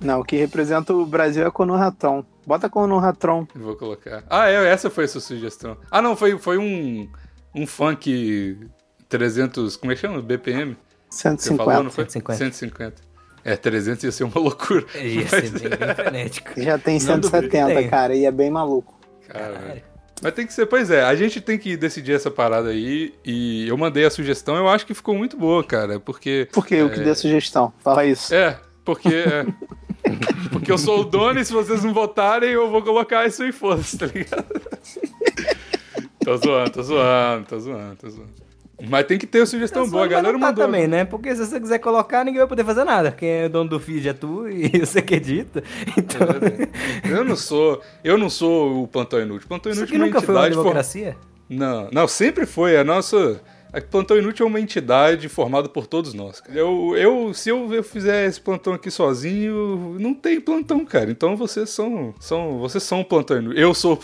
Speaker 3: Não, o que representa o Brasil é Conor Ratão. Bota Conor Ratão.
Speaker 1: Vou colocar. Ah, é, essa foi a sua sugestão. Ah, não, foi, foi um, um funk 300. Como é que chama? BPM? Você falou, não
Speaker 3: 150.
Speaker 1: foi?
Speaker 2: 150.
Speaker 1: 150. É, 300 ia ser uma loucura.
Speaker 2: Ia ser bem, bem frenético.
Speaker 3: Já tem
Speaker 2: Não duvido que
Speaker 3: 170,
Speaker 2: tenha.
Speaker 3: cara, e é bem maluco.
Speaker 1: Caralho. Mas tem que ser, pois é, a gente tem que decidir essa parada aí. E eu mandei a sugestão, eu acho que ficou muito boa, cara, porque.
Speaker 3: Por que eu
Speaker 2: É.
Speaker 3: que dei a sugestão? Fala isso.
Speaker 1: É, porque. é, porque eu sou o dono e se vocês não votarem, eu vou colocar isso em força, tá ligado? tô zoando, tô zoando, tô zoando, tô zoando. Mas tem que ter uma sugestão
Speaker 2: Sua,
Speaker 1: boa, a
Speaker 2: mas
Speaker 1: galera
Speaker 2: não tá
Speaker 1: mandou.
Speaker 2: também, né? Porque se você quiser colocar, ninguém vai poder fazer nada. Quem é dono do feed é tu e você que edita. Então,
Speaker 1: Eu não sou, eu não sou o plantão inútil. Plantão
Speaker 2: isso
Speaker 1: inútil
Speaker 2: aqui
Speaker 1: é uma
Speaker 2: nunca foi um uma
Speaker 1: entidade for-
Speaker 2: democracia?
Speaker 1: Não, não, sempre foi. A nossa. A Plantão Inútil é uma entidade formada por todos nós. cara. Eu, eu, se eu, eu fizer esse plantão aqui sozinho, não tem plantão, cara. Então vocês são, são, vocês são o plantão inútil. Eu sou o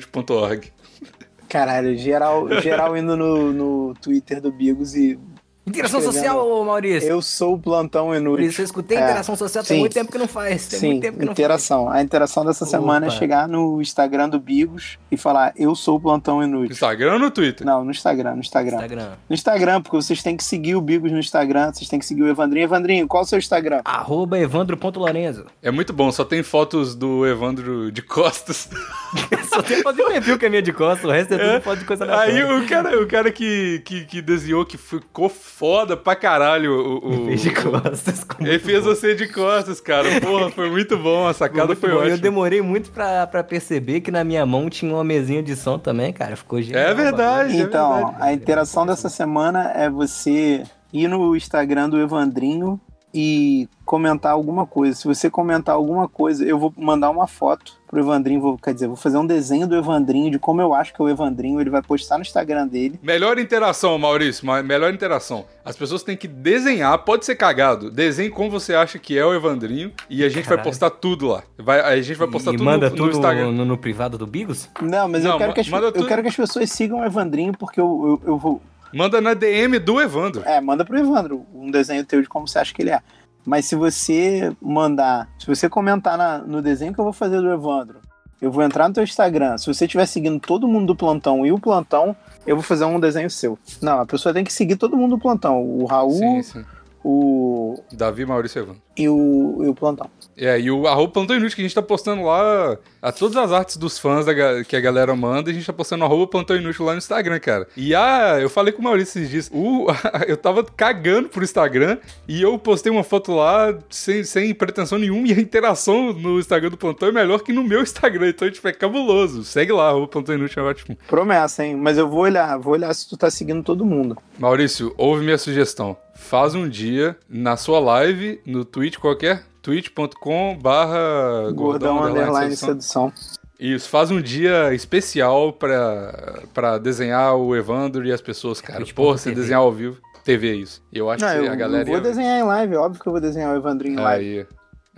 Speaker 1: plantãoinútil.org.
Speaker 2: É.
Speaker 3: Caralho, geral, geral indo no, no Twitter do Bigos e
Speaker 2: Interação
Speaker 3: Escrevendo.
Speaker 2: social, ô Maurício.
Speaker 3: eu sou o plantão
Speaker 2: Por
Speaker 3: inútil.
Speaker 2: isso eu escutei
Speaker 3: É,
Speaker 2: interação social tem
Speaker 3: sim.
Speaker 2: muito tempo que não faz. Tem
Speaker 3: Sim,
Speaker 2: muito tempo que não
Speaker 3: interação. A interação dessa semana é
Speaker 2: Opa.
Speaker 3: chegar no Instagram do Bigos e falar eu sou o plantão inútil.
Speaker 1: Instagram ou no Twitter?
Speaker 3: Não, no Instagram, no
Speaker 2: faz.
Speaker 3: Instagram.
Speaker 2: Instagram.
Speaker 3: No Instagram, porque vocês têm que seguir o Bigos no Instagram, vocês têm que seguir o Evandrinho. Evandrinho, qual é o seu Instagram?
Speaker 2: Arroba evandro.lorenzo.
Speaker 1: É muito bom, só tem fotos do Evandro de costas.
Speaker 2: Só tem foto de perfil que é minha de costa, o resto é tudo foto de coisa na
Speaker 1: Aí o cara, o cara que, que, que desenhou, que ficou foda pra caralho o. o-
Speaker 2: Fez de costas. com-
Speaker 1: Ele fez você de costas, cara. Porra, foi muito bom. A sacada
Speaker 2: Muito
Speaker 1: foi
Speaker 2: bom.
Speaker 1: ótima.
Speaker 2: Eu demorei muito pra, pra perceber que na minha mão tinha uma mesinha de som também, cara. Ficou genial.
Speaker 1: É verdade, é
Speaker 3: Então,
Speaker 1: verdade.
Speaker 3: a interação dessa semana é você ir no Instagram do Evandrinho e comentar alguma coisa. Se você comentar alguma coisa, eu vou mandar uma foto pro Evandrinho, vou, quer dizer, vou fazer um desenho do Evandrinho, de como eu acho que é o Evandrinho, ele vai postar no Instagram dele.
Speaker 1: Melhor interação, Maurício. ma- Melhor interação. As pessoas têm que desenhar, pode ser cagado. Desenhe como você acha que é o Evandrinho e a gente vai
Speaker 2: Caralho.
Speaker 1: postar tudo lá. Vai, a gente vai postar
Speaker 2: e
Speaker 1: tudo,
Speaker 2: manda
Speaker 1: no, no
Speaker 2: tudo
Speaker 1: Instagram.
Speaker 2: no, no privado do Bigos?
Speaker 3: Não, mas
Speaker 1: Não,
Speaker 3: eu, quero que as,
Speaker 1: manda
Speaker 3: eu
Speaker 1: tudo.
Speaker 3: quero que as pessoas sigam o Evandrinho, porque eu, eu, eu vou.
Speaker 1: Manda na DM do Evandro.
Speaker 3: É, manda pro Evandro um desenho teu de como você acha que ele é. Mas se você mandar, se você comentar na- no desenho que eu vou fazer do Evandro, eu vou entrar no teu Instagram. Se você estiver seguindo todo mundo do plantão e o plantão, eu vou fazer um desenho seu. Não, a pessoa tem que seguir todo mundo do plantão. O Raul,
Speaker 1: Sim, sim.
Speaker 3: o.
Speaker 1: Davi, Maurício e Evandro.
Speaker 3: E o, e o plantão.
Speaker 1: É, e o arroba plantão inútil que a gente tá postando lá, a todas as artes dos fãs da ga- que a galera manda, a gente tá postando no arroba plantão inútil lá no Instagram, cara. E a, eu falei com o Maurício esses dias, o- eu tava cagando pro Instagram e eu postei uma foto lá sem, sem pretensão nenhuma e a interação no Instagram do plantão é melhor que no meu Instagram, então tipo, é cabuloso. Segue lá, arroba plantão inútil é ótimo.
Speaker 3: Promessa, hein? Mas eu vou olhar, vou olhar se tu tá seguindo todo mundo.
Speaker 1: Maurício, ouve minha sugestão. Faz um dia na sua live, no Twitch qualquer, twitch.com barra
Speaker 3: Gordão, underline
Speaker 1: sedução.
Speaker 3: sedução.
Speaker 1: Isso, faz um dia especial pra, pra desenhar o Evandro e as pessoas, cara.
Speaker 2: Twitch.tv.
Speaker 1: Porra, se desenhar ao vivo, TV isso. Eu acho
Speaker 3: Não,
Speaker 1: que
Speaker 3: eu,
Speaker 1: a galera.
Speaker 3: eu vou
Speaker 1: ia- É,
Speaker 3: desenhar em live, óbvio que eu vou desenhar o Evandrinho em live.
Speaker 1: Aí.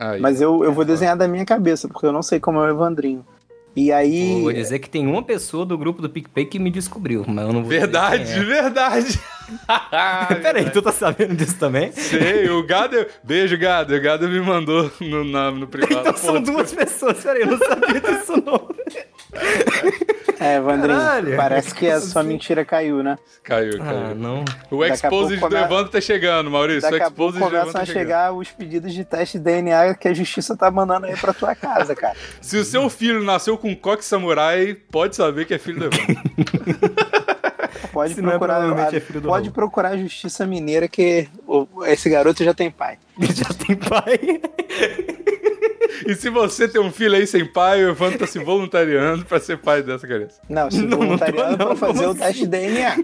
Speaker 1: aí. tá
Speaker 3: Mas eu, eu vou desenhar da minha cabeça, porque eu não sei como é o Evandrinho. E aí.
Speaker 2: Vou dizer que tem uma pessoa do grupo do PicPay que me descobriu, mas eu não vou dizer
Speaker 1: Verdade,
Speaker 2: quem
Speaker 1: verdade.
Speaker 2: é. Peraí, tu tá sabendo disso também?
Speaker 1: Sei, o Gado. Beijo, Gado. O Gado me mandou no, na- no privado.
Speaker 2: Então
Speaker 1: Porra,
Speaker 2: são duas pessoas, peraí, eu não sabia disso não.
Speaker 3: É, Evandrinho,
Speaker 2: Caralho.
Speaker 3: parece que a
Speaker 2: Como
Speaker 3: sua
Speaker 2: assim?
Speaker 3: mentira caiu, né?
Speaker 1: Caiu,
Speaker 2: Ah,
Speaker 1: caiu.
Speaker 2: não.
Speaker 1: o
Speaker 3: Daqui a pouco
Speaker 1: Exposed do
Speaker 3: come-
Speaker 1: Evandro tá chegando, Maurício.
Speaker 3: Daqui
Speaker 1: o
Speaker 3: a pouco
Speaker 1: Exposed do Evandro
Speaker 3: começam
Speaker 1: tá
Speaker 3: a
Speaker 1: chegando.
Speaker 3: chegar os pedidos de teste de DNA que a justiça tá mandando aí pra tua casa, cara.
Speaker 1: Se o seu filho nasceu com coque samurai, pode saber que é filho do Evandro.
Speaker 3: Pode,
Speaker 2: Se não é,
Speaker 3: procurar,
Speaker 2: provavelmente
Speaker 3: a,
Speaker 2: é filho do
Speaker 3: pode
Speaker 2: Raul.
Speaker 3: procurar a justiça mineira, que o- esse garoto já tem pai.
Speaker 2: Já tem pai.
Speaker 1: E se você tem um filho aí sem pai, o Evandro tá se voluntariando pra ser pai dessa criança.
Speaker 3: Não, se
Speaker 2: Não, não tô,
Speaker 3: voluntariando
Speaker 2: não,
Speaker 3: pra fazer
Speaker 2: como assim?
Speaker 3: o teste de DNA.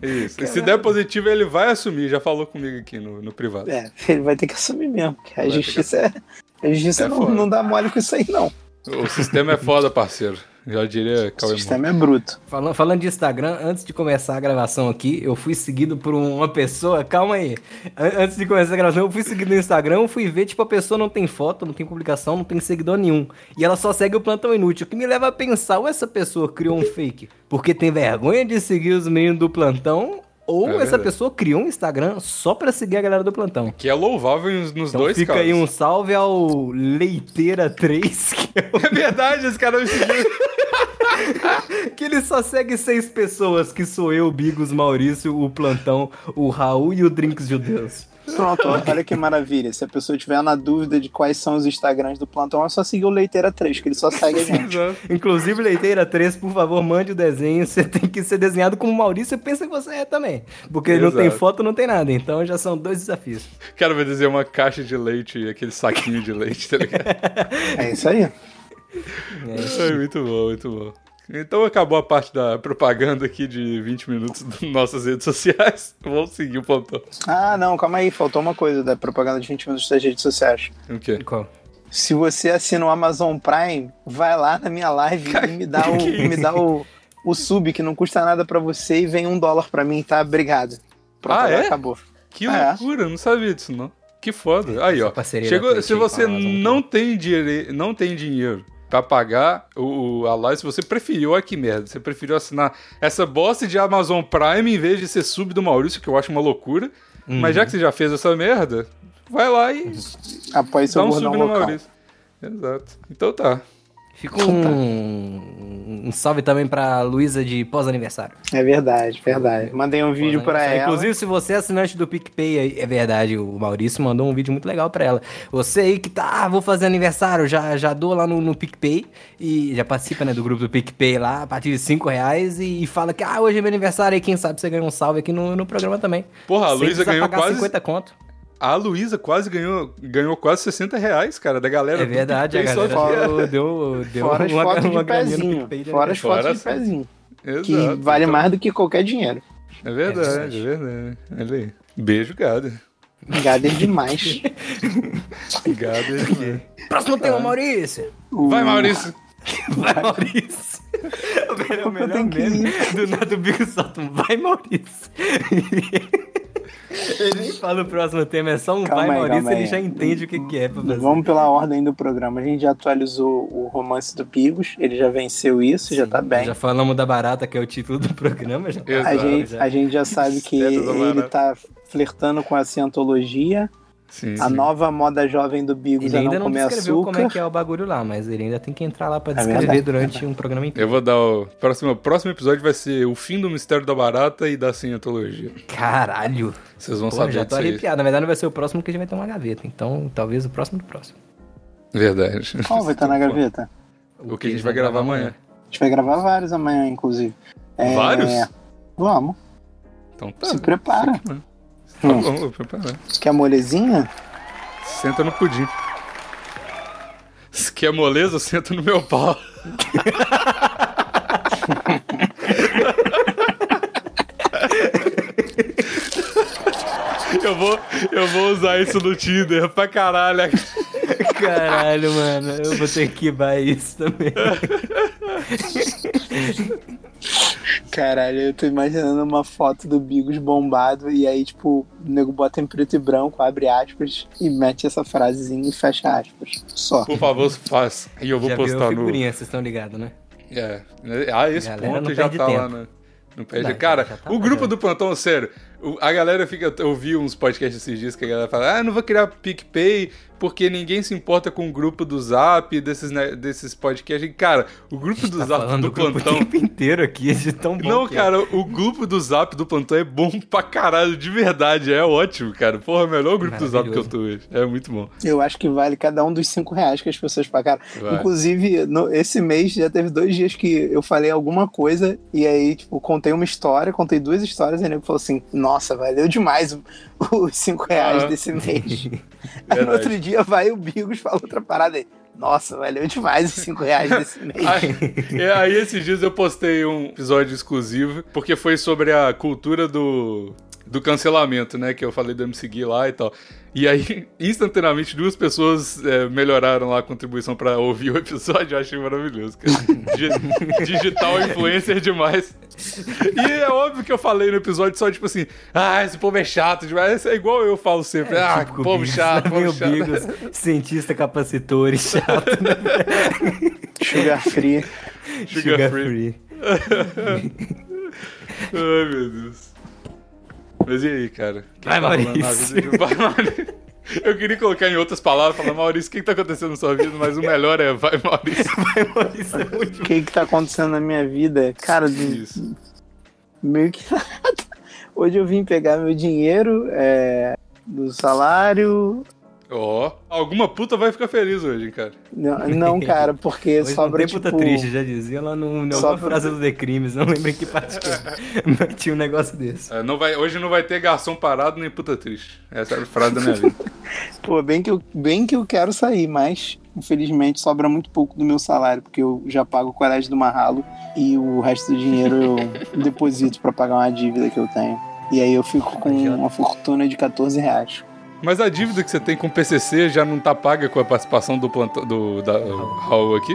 Speaker 1: É Isso. E se der positivo, ele vai assumir. Já falou comigo aqui no, no privado.
Speaker 3: É, ele vai ter que assumir mesmo, porque a
Speaker 1: Vai ter que
Speaker 3: justiça é. A justiça
Speaker 1: É
Speaker 3: não,
Speaker 1: foda.
Speaker 3: não dá mole com isso aí, não.
Speaker 1: O sistema é foda, parceiro. Já diria
Speaker 3: O
Speaker 1: Cauê Moura.
Speaker 3: sistema é bruto.
Speaker 2: Falando, falando de Instagram, antes de começar a gravação aqui, eu fui seguido por um- uma pessoa. Calma aí. An- antes de começar a gravação, eu fui seguido no Instagram, eu fui ver, tipo, a pessoa não tem foto, não tem publicação, não tem seguidor nenhum. E ela só segue o plantão inútil. O que me leva a pensar, ou essa pessoa criou um fake porque tem vergonha de seguir os meninos do plantão, ou
Speaker 1: É
Speaker 2: essa
Speaker 1: verdade.
Speaker 2: pessoa criou um Instagram só pra seguir a galera do plantão.
Speaker 1: Que é louvável nos nos
Speaker 2: Então
Speaker 1: dois
Speaker 2: fica
Speaker 1: casos.
Speaker 2: aí um salve ao Leiteira3, que é o
Speaker 1: É verdade, esse cara me seguiu.
Speaker 2: Que ele só segue seis pessoas, que sou eu, Bigos, Maurício, o Plantão, o Raul e o Drinks Judeus.
Speaker 3: Pronto, ó, olha que maravilha. Se a pessoa tiver na dúvida de quais são os Instagrams do plantão, é só seguir o Leiteira 3, que ele só segue a gente.
Speaker 2: Inclusive, Leiteira 3, por favor, mande o desenho. Você tem que ser desenhado como Maurício pensa que você é também. Porque não tem
Speaker 1: Exato.
Speaker 2: foto, não tem nada. Então já são dois desafios.
Speaker 1: Cara, vai dizer uma caixa de leite e aquele saquinho de leite, tá ligado?
Speaker 3: É isso aí.
Speaker 1: Ai, muito bom, muito bom. Então acabou a parte da propaganda aqui de 20 minutos das nossas redes sociais. Vamos seguir o plantão.
Speaker 3: Ah, não, calma aí, faltou uma coisa da propaganda de 20 minutos das redes sociais.
Speaker 1: O quê?
Speaker 2: Qual?
Speaker 3: Se você assina o Amazon Prime, vai lá na minha live e me dá o,
Speaker 1: que
Speaker 3: me dá o, o sub, que não custa nada pra você e vem um dólar pra mim, tá? Obrigado. Pronto,
Speaker 1: Ah,
Speaker 3: agora
Speaker 1: é?
Speaker 3: acabou.
Speaker 1: Que
Speaker 3: É.
Speaker 1: loucura, eu não sabia disso não. Que foda. Aí, ó.
Speaker 2: Essa parceria da
Speaker 1: Chegou,
Speaker 2: Twitch
Speaker 1: se
Speaker 2: aí
Speaker 1: você
Speaker 2: com a Amazon
Speaker 1: não tem dinheiro, não tem dinheiro pra pagar o, o- a live, se você preferiu, olha que merda, você preferiu assinar essa bosta de Amazon Prime em vez de ser sub do Maurício, que eu acho uma loucura. Mas já que você já fez essa merda, vai lá e
Speaker 3: Após
Speaker 1: dá
Speaker 3: seu
Speaker 1: um
Speaker 3: gordão
Speaker 1: sub no
Speaker 3: local.
Speaker 1: Maurício. Exato. Então tá.
Speaker 2: Fica um, um salve também pra Luísa de pós-aniversário.
Speaker 3: É verdade, verdade. Mandei um vídeo
Speaker 1: né?
Speaker 3: pra
Speaker 2: Pós-aniversário.
Speaker 3: ela.
Speaker 2: né? Inclusive, se você é assinante do PicPay, aí- é verdade, o Maurício mandou um vídeo muito legal pra ela. Você aí que tá, ah, vou fazer aniversário, já, já dou lá no, no PicPay e já participa né, do grupo do PicPay lá, a partir de 5 reais e, e fala que ah, hoje é meu aniversário e quem sabe você ganha um salve aqui no, no programa também.
Speaker 1: Porra, Ah, a
Speaker 2: Sem
Speaker 1: Luísa
Speaker 2: precisar
Speaker 1: ganhou
Speaker 2: pagar
Speaker 1: quase.
Speaker 2: 50 conto.
Speaker 1: A Luísa quase ganhou, ganhou quase 60 reais, cara, da galera.
Speaker 2: É
Speaker 1: do
Speaker 2: verdade, a
Speaker 1: PicPay, só
Speaker 2: galera
Speaker 1: que-
Speaker 2: deu, deu, deu
Speaker 3: Fora as
Speaker 2: uma,
Speaker 3: fotos
Speaker 2: uma
Speaker 3: de
Speaker 2: graninha no
Speaker 3: pezinho.
Speaker 2: PicPay, né?
Speaker 3: Fora as
Speaker 1: Fora
Speaker 3: fotos de
Speaker 1: essa-
Speaker 3: pezinho. Que
Speaker 1: Exato,
Speaker 3: vale
Speaker 1: então-
Speaker 3: mais do que qualquer dinheiro.
Speaker 1: É
Speaker 2: É
Speaker 1: verdade,
Speaker 2: verdade.
Speaker 1: é verdade. Olha aí. Beijo, gado.
Speaker 3: Gado é demais.
Speaker 1: Gado é demais.
Speaker 2: Próximo
Speaker 3: Tá.
Speaker 2: tema, Maurício.
Speaker 1: Vai, Maurício.
Speaker 2: Vai, Maurício. O melhor, o melhor
Speaker 3: tenho que
Speaker 2: meme do nada o Bico solta um vai, Maurício. Ele nem fala o próximo tema, é só um
Speaker 3: Calma
Speaker 2: vai,
Speaker 3: aí,
Speaker 2: Maurício,
Speaker 3: calma
Speaker 2: ele
Speaker 3: aí.
Speaker 2: já entende o que, que é pra fazer.
Speaker 3: Vamos pela ordem do programa. A gente já atualizou o romance do Pigos, ele já venceu isso, já tá bem.
Speaker 2: Já falamos da barata, que é o título do programa. Já.
Speaker 1: Eu-
Speaker 3: a,
Speaker 1: Exato,
Speaker 3: gente,
Speaker 2: já.
Speaker 3: a gente já sabe que
Speaker 1: Certo, Zamara.
Speaker 3: ele tá flertando com a cientologia.
Speaker 1: Sim,
Speaker 3: A
Speaker 1: sim.
Speaker 3: nova moda jovem do Bigos
Speaker 2: Ele
Speaker 3: é não
Speaker 2: ainda não
Speaker 3: comer
Speaker 2: descreveu como é
Speaker 3: açúcar. É
Speaker 2: que é o bagulho lá, mas ele ainda tem que entrar lá pra
Speaker 3: verdade,
Speaker 2: descrever durante um programa inteiro.
Speaker 1: Eu vou dar o próximo, o próximo episódio vai ser o fim do mistério da barata e da cientologia.
Speaker 2: Caralho!
Speaker 1: Vocês vão
Speaker 2: Pô,
Speaker 1: saber
Speaker 2: já tô
Speaker 1: disso aí.
Speaker 2: arrepiado. Na verdade, não vai ser o próximo que a gente vai ter uma gaveta. Então, talvez o próximo do próximo.
Speaker 1: Verdade.
Speaker 3: Qual vai estar na gaveta?
Speaker 1: O que a gente vai gravar amanhã.
Speaker 3: A gente vai gravar vários amanhã, inclusive. É,
Speaker 1: Vários?
Speaker 3: Vamos,
Speaker 1: Então tá.
Speaker 3: se prepara. Hum.
Speaker 1: Tá bom, vou preparar.
Speaker 3: Quer molezinha?
Speaker 1: Senta no pudim. Se quer moleza, senta no meu pau. Eu vou, eu vou usar isso no Tinder pra caralho.
Speaker 2: Caralho, mano, eu vou ter que ir isso também.
Speaker 3: Caralho, eu tô imaginando uma foto do Bigos bombado e aí, tipo, o nego bota em preto e branco, abre aspas e mete essa frasezinha e fecha aspas. Só.
Speaker 1: Por favor, faz. E eu vou
Speaker 2: Já viu a
Speaker 1: postar no.
Speaker 2: figurinha, vocês estão ligados, né?
Speaker 1: É. A esse
Speaker 2: Galera, não
Speaker 1: ponto já
Speaker 2: perde
Speaker 1: tá lá
Speaker 2: tempo.
Speaker 1: na. Não perde.
Speaker 2: Não, já-
Speaker 1: cara,
Speaker 2: já tá
Speaker 1: o grupo
Speaker 2: fazendo.
Speaker 1: do plantão, sério, o- a galera fica. Eu vi uns podcasts esses dias que a galera fala: ah, não vou criar PicPay porque ninguém se importa com o grupo do Zap, desses, né, desses podcasts. E, cara, o grupo do
Speaker 2: Tá
Speaker 1: Zap
Speaker 2: falando
Speaker 1: do
Speaker 2: do grupo o
Speaker 1: plantão.
Speaker 2: tempo inteiro aqui, de tão bom
Speaker 1: Não,
Speaker 2: que é.
Speaker 1: cara, o grupo do Zap do plantão é bom pra caralho, de verdade. É ótimo, cara. Porra, é o melhor grupo do Zap que eu tô hoje. É muito bom.
Speaker 3: Eu acho que vale cada um dos cinco reais que as pessoas pagaram.
Speaker 1: Vai.
Speaker 3: Inclusive, no- esse mês já teve dois dias que eu falei alguma coisa e aí, tipo, contei uma história, contei duas histórias e o nego falou assim: Nossa, valeu demais o- os cinco reais
Speaker 1: Aham.
Speaker 3: desse mês. aí
Speaker 1: Ah. Verdade.
Speaker 3: no outro dia vai o Bigos fala outra parada aí. Nossa, valeu demais os cinco reais desse mês.
Speaker 1: Aí, é, aí esses dias eu postei um episódio exclusivo, porque foi sobre a cultura do, do cancelamento, né? Que eu falei do me seguir lá e tal. E aí, instantaneamente, duas pessoas é, melhoraram lá a contribuição pra ouvir o episódio. Eu achei maravilhoso, cara. Digi- Digital influencer demais. E é óbvio que eu falei no episódio só, tipo assim, ah, esse povo é chato demais. É igual eu falo sempre, ah,
Speaker 2: típico
Speaker 1: povo
Speaker 2: Bigos,
Speaker 1: chato,
Speaker 2: né?
Speaker 1: povo
Speaker 2: Meu
Speaker 1: chato.
Speaker 2: Bigos, cientista capacitor e chato,
Speaker 3: Sugar free.
Speaker 1: Sugar
Speaker 2: sugar,
Speaker 1: free.
Speaker 2: free.
Speaker 1: Ai, meu Deus. Mas e aí, cara? O que
Speaker 2: Vai,
Speaker 1: tá rolando
Speaker 2: Maurício.
Speaker 1: na vida de- Vai, Maurício. Eu queria colocar em outras palavras, falar, Maurício, o que, que tá acontecendo na sua vida? Mas o melhor é, vai, Maurício.
Speaker 2: Isso é
Speaker 3: O
Speaker 2: muito
Speaker 3: que que tá acontecendo na minha vida? Cara, do-
Speaker 1: Isso.
Speaker 3: meio que nada. Hoje eu vim pegar meu dinheiro é, do salário.
Speaker 1: Ó, alguma puta vai ficar feliz hoje, hein, cara.
Speaker 3: Não, não, cara, porque
Speaker 2: Hoje não
Speaker 3: sobra
Speaker 2: tem
Speaker 3: tipo...
Speaker 2: puta triste, já dizia lá no, em alguma
Speaker 3: Sobra- um
Speaker 2: frase do The Crimes, não lembro em que parte que é, mas tinha um negócio desse.
Speaker 1: É, não vai, hoje não vai ter garçom parado nem puta triste. Essa é a frase da minha vida.
Speaker 3: Pô, bem que, eu, bem que eu quero sair, mas Infelizmente, sobra muito pouco do meu salário, porque eu já pago o colégio do Marralo e o resto do dinheiro eu deposito pra pagar uma dívida que eu tenho. E aí eu fico com uma fortuna de 14 reais.
Speaker 1: Mas a dívida que você tem com o PCC já não tá paga com a participação do, planta, do da, o Raul aqui?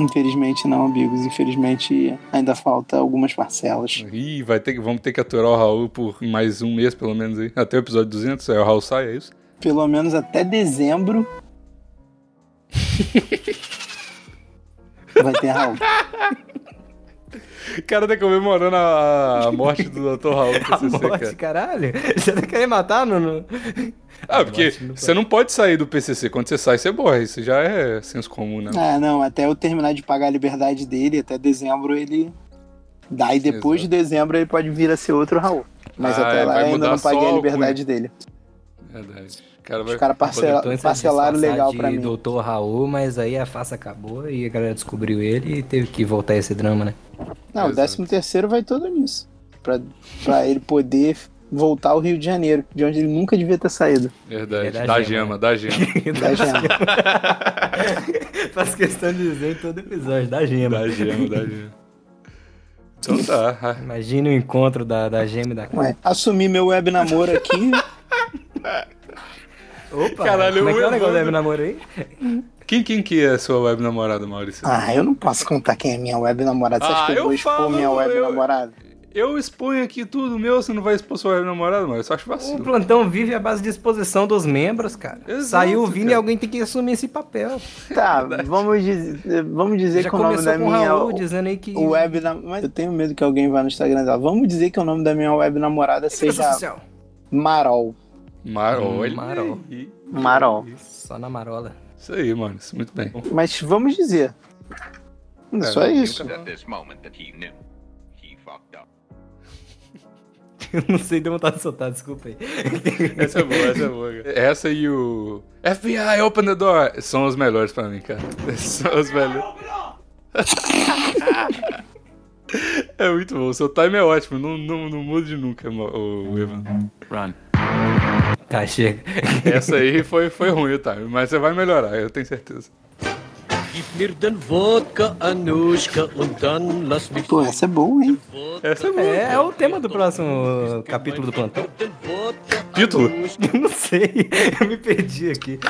Speaker 3: Infelizmente não, amigos. Infelizmente ainda falta algumas parcelas.
Speaker 1: Ih, vai ter, que- vamos ter que aturar o Raul por mais um mês, pelo menos, aí. Até o episódio 200, aí o Raul sai, é isso?
Speaker 3: Pelo menos até dezembro. Vai ter Raul.
Speaker 1: O cara tá comemorando a, a morte do Dr. Raul do
Speaker 2: A
Speaker 1: PCC,
Speaker 2: morte,
Speaker 1: cara.
Speaker 2: caralho. Você tá querendo matar, Nuno?
Speaker 1: Ah, porque
Speaker 2: morte não
Speaker 1: você não pode sair do PCC. Quando você sai, você morre. Isso já é senso comum, né?
Speaker 3: Ah, não, até eu terminar de pagar a liberdade dele, até dezembro ele dá. E depois de dezembro ele pode vir a ser outro Raul. Mas
Speaker 1: Ah,
Speaker 3: até
Speaker 1: é,
Speaker 3: lá
Speaker 1: vai
Speaker 3: eu ainda
Speaker 1: mudar
Speaker 3: não paguei
Speaker 1: só
Speaker 3: a
Speaker 1: o
Speaker 3: liberdade dele.
Speaker 1: Verdade. O cara
Speaker 3: Os caras parcela-
Speaker 2: Tentou se
Speaker 3: parcelaram
Speaker 2: disfarçar
Speaker 3: legal
Speaker 2: é de
Speaker 3: pra mim.
Speaker 2: Doutor Raul, mas aí a faça acabou e a galera descobriu ele e teve que voltar esse drama, né?
Speaker 3: Não, o
Speaker 1: Exato.
Speaker 3: décimo terceiro vai todo nisso. Pra, pra ele poder voltar ao Rio de Janeiro, de onde ele nunca devia ter saído.
Speaker 1: Verdade.
Speaker 2: É da
Speaker 1: da
Speaker 2: gema.
Speaker 1: gema, da gema.
Speaker 3: Da gema.
Speaker 2: Faz questão de dizer em todo episódio, da gema.
Speaker 1: da gema, da gema. Então tá.
Speaker 2: Imagina o encontro da, da gema e da
Speaker 3: Ué, assumi meu web namoro aqui.
Speaker 2: Opa,
Speaker 1: Caralho,
Speaker 2: como é que é
Speaker 1: o
Speaker 2: o negócio
Speaker 1: Evandro-
Speaker 2: da Eva namoro aí?
Speaker 1: Quem, quem que é a sua web namorada, Maurício?
Speaker 3: ah, eu não posso contar quem é minha web namorada. Você
Speaker 1: Ah,
Speaker 3: acha que eu,
Speaker 1: eu
Speaker 3: vou expor
Speaker 1: falo,
Speaker 3: minha web
Speaker 1: eu-
Speaker 3: namorada?
Speaker 1: Eu exponho aqui tudo meu, você não vai expor sua web namorada, Maurício? Eu acho
Speaker 2: O
Speaker 1: vacilo.
Speaker 2: plantão vive à base de exposição dos membros, cara.
Speaker 1: Exato,
Speaker 2: Saiu o Vini
Speaker 1: cara.
Speaker 2: e alguém tem que assumir esse papel.
Speaker 3: Tá, vamos, diz- vamos dizer
Speaker 2: Já
Speaker 3: que o nome
Speaker 2: começou
Speaker 3: da
Speaker 2: com o
Speaker 3: minha
Speaker 2: Raul dizendo aí que...
Speaker 3: web namorada. Mas eu tenho medo que alguém vá no Instagram dela. Vamos dizer que o nome da minha web namorada
Speaker 2: Seja...
Speaker 3: seja Marol.
Speaker 1: Marol. olha
Speaker 2: Marol.
Speaker 1: aí.
Speaker 3: Marol.
Speaker 2: Só na marola.
Speaker 1: Isso aí, mano. Isso muito bem.
Speaker 3: Mas vamos dizer. Não, só
Speaker 1: É,
Speaker 3: isso.
Speaker 5: at this moment that he knew he fucked up.
Speaker 2: Eu não sei, deu vontade de soltar, desculpa aí.
Speaker 1: Essa é boa, essa é boa. cara. Essa e o FBI Open the Door são os melhores pra mim, cara. São os melhores. É muito bom, seu time é ótimo, não, não, não mude nunca, o Evan.
Speaker 4: Run.
Speaker 2: Tá, chega.
Speaker 1: Essa aí foi, foi ruim o time, mas você vai melhorar, eu tenho certeza.
Speaker 4: Gib mir den Wodka, Anushka, und dann lass mich
Speaker 3: Pô, essa é boa, hein?
Speaker 1: Essa é boa.
Speaker 2: É, é o tema do próximo capítulo do plantão.
Speaker 1: Título?
Speaker 2: Eu não sei, eu me perdi aqui.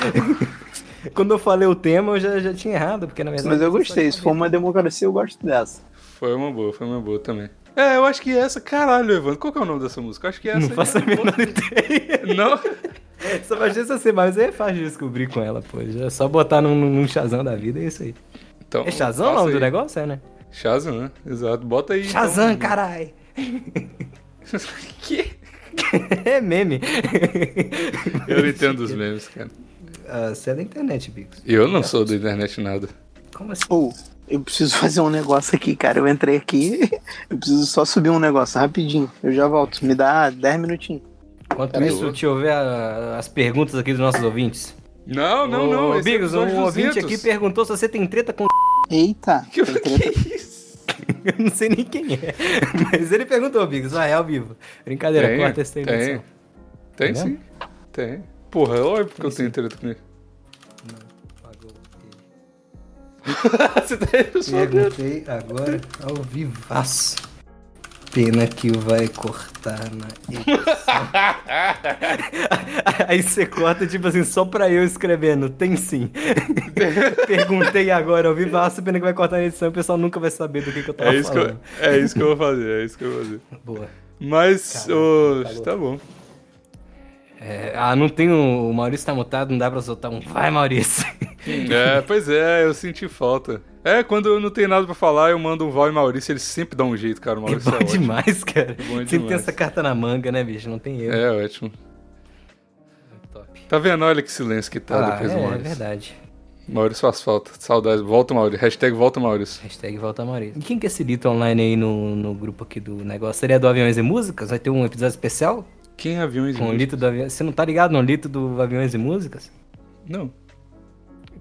Speaker 2: Quando eu falei o tema, eu já, já tinha errado, porque na verdade...
Speaker 3: Mas eu gostei. Se for uma democracia, eu gosto dessa.
Speaker 1: Foi uma boa, foi uma boa também. É, eu acho que essa, caralho, Evan, qual que é o nome dessa música? Eu acho que essa
Speaker 2: Não
Speaker 1: aí
Speaker 2: faço a
Speaker 1: é boa.
Speaker 2: menor ideia.
Speaker 1: Não?
Speaker 2: Só baixei essa semana, mas aí é fácil de descobrir com ela, pô. É só botar num, num chazão da vida, é isso aí.
Speaker 1: Então,
Speaker 2: É chazão o
Speaker 1: faça
Speaker 2: nome do
Speaker 1: aí.
Speaker 2: negócio, é, né?
Speaker 1: Shazam, né? Exato, bota aí. então.
Speaker 2: Shazam, carai!
Speaker 1: que?
Speaker 2: É meme.
Speaker 1: Eu entendo os memes, cara.
Speaker 2: Ah, Você é da internet, Bigos.
Speaker 1: Eu não sou da internet nada.
Speaker 2: Como assim?
Speaker 3: Ou, eu preciso fazer um negócio aqui, cara. Eu entrei aqui. Eu preciso só subir um negócio rapidinho. Eu já volto. Me dá 10 minutinhos.
Speaker 2: Enquanto
Speaker 1: Peraí,
Speaker 2: isso,
Speaker 1: eu-
Speaker 2: deixa eu ver a- as perguntas aqui dos nossos ouvintes.
Speaker 1: Não, não, não.
Speaker 2: Ô,
Speaker 1: esse é
Speaker 2: Bigos,
Speaker 1: episódio
Speaker 2: um ouvinte
Speaker 1: 200.
Speaker 2: aqui perguntou se você tem treta com...
Speaker 3: Eita.
Speaker 1: Que-
Speaker 3: tem treta.
Speaker 2: Eu não sei nem quem é, mas ele perguntou, Bigos. Ah, é ao vivo. Brincadeira,
Speaker 1: Tem,
Speaker 2: corta essa
Speaker 1: tem.
Speaker 2: edição.
Speaker 1: Tem
Speaker 2: Tá
Speaker 1: sim. Tem. Porra, olha porque eu
Speaker 2: sim.
Speaker 1: tenho treta com ele.
Speaker 2: Apagou ele.
Speaker 1: Você tá aí, pessoal?
Speaker 2: Perguntei agora ao vivaço. Pena que vai cortar na edição. Aí você corta, tipo assim, só pra eu escrevendo. Tem sim. Perguntei agora ao vivaço, pena que vai cortar na edição. O pessoal nunca vai saber do que, que eu tava
Speaker 1: É isso, que
Speaker 2: Tá falando.
Speaker 1: eu, é isso que eu vou fazer, é isso que eu vou fazer.
Speaker 2: Boa.
Speaker 1: Mas,
Speaker 2: Cara,
Speaker 1: ô,
Speaker 2: falou.
Speaker 1: tá bom.
Speaker 2: É, ah, não tem o... o Maurício tá mutado, não dá pra soltar um. Vai, Maurício.
Speaker 1: É, pois é, eu senti falta. É, quando eu não tenho nada pra falar, eu mando um Val e Maurício, eles sempre dão um jeito, cara. O
Speaker 2: É
Speaker 1: Maurício é,
Speaker 2: bom
Speaker 1: ótimo.
Speaker 2: demais, cara.
Speaker 1: Bom
Speaker 2: Sempre tem
Speaker 1: demais.
Speaker 2: essa carta na manga, né, bicho? Não tem erro.
Speaker 1: É, ótimo.
Speaker 2: É Top.
Speaker 1: Tá vendo? Olha que silêncio que tá
Speaker 2: Ah,
Speaker 1: depois do
Speaker 2: é, é
Speaker 1: Maurício.
Speaker 2: verdade.
Speaker 1: Maurício faz falta. Saudades. Volta, Maurício. Hashtag volta, Maurício.
Speaker 2: Hashtag volta Maurício. E quem que é esse Lito online aí no, no grupo aqui do negócio? Seria do Aviões e Músicas? Vai ter um episódio especial
Speaker 1: Quem é aviões
Speaker 2: com o
Speaker 1: mesmo?
Speaker 2: Lito do Aviões... Você não tá ligado no Lito do Aviões e Músicas?
Speaker 1: Não.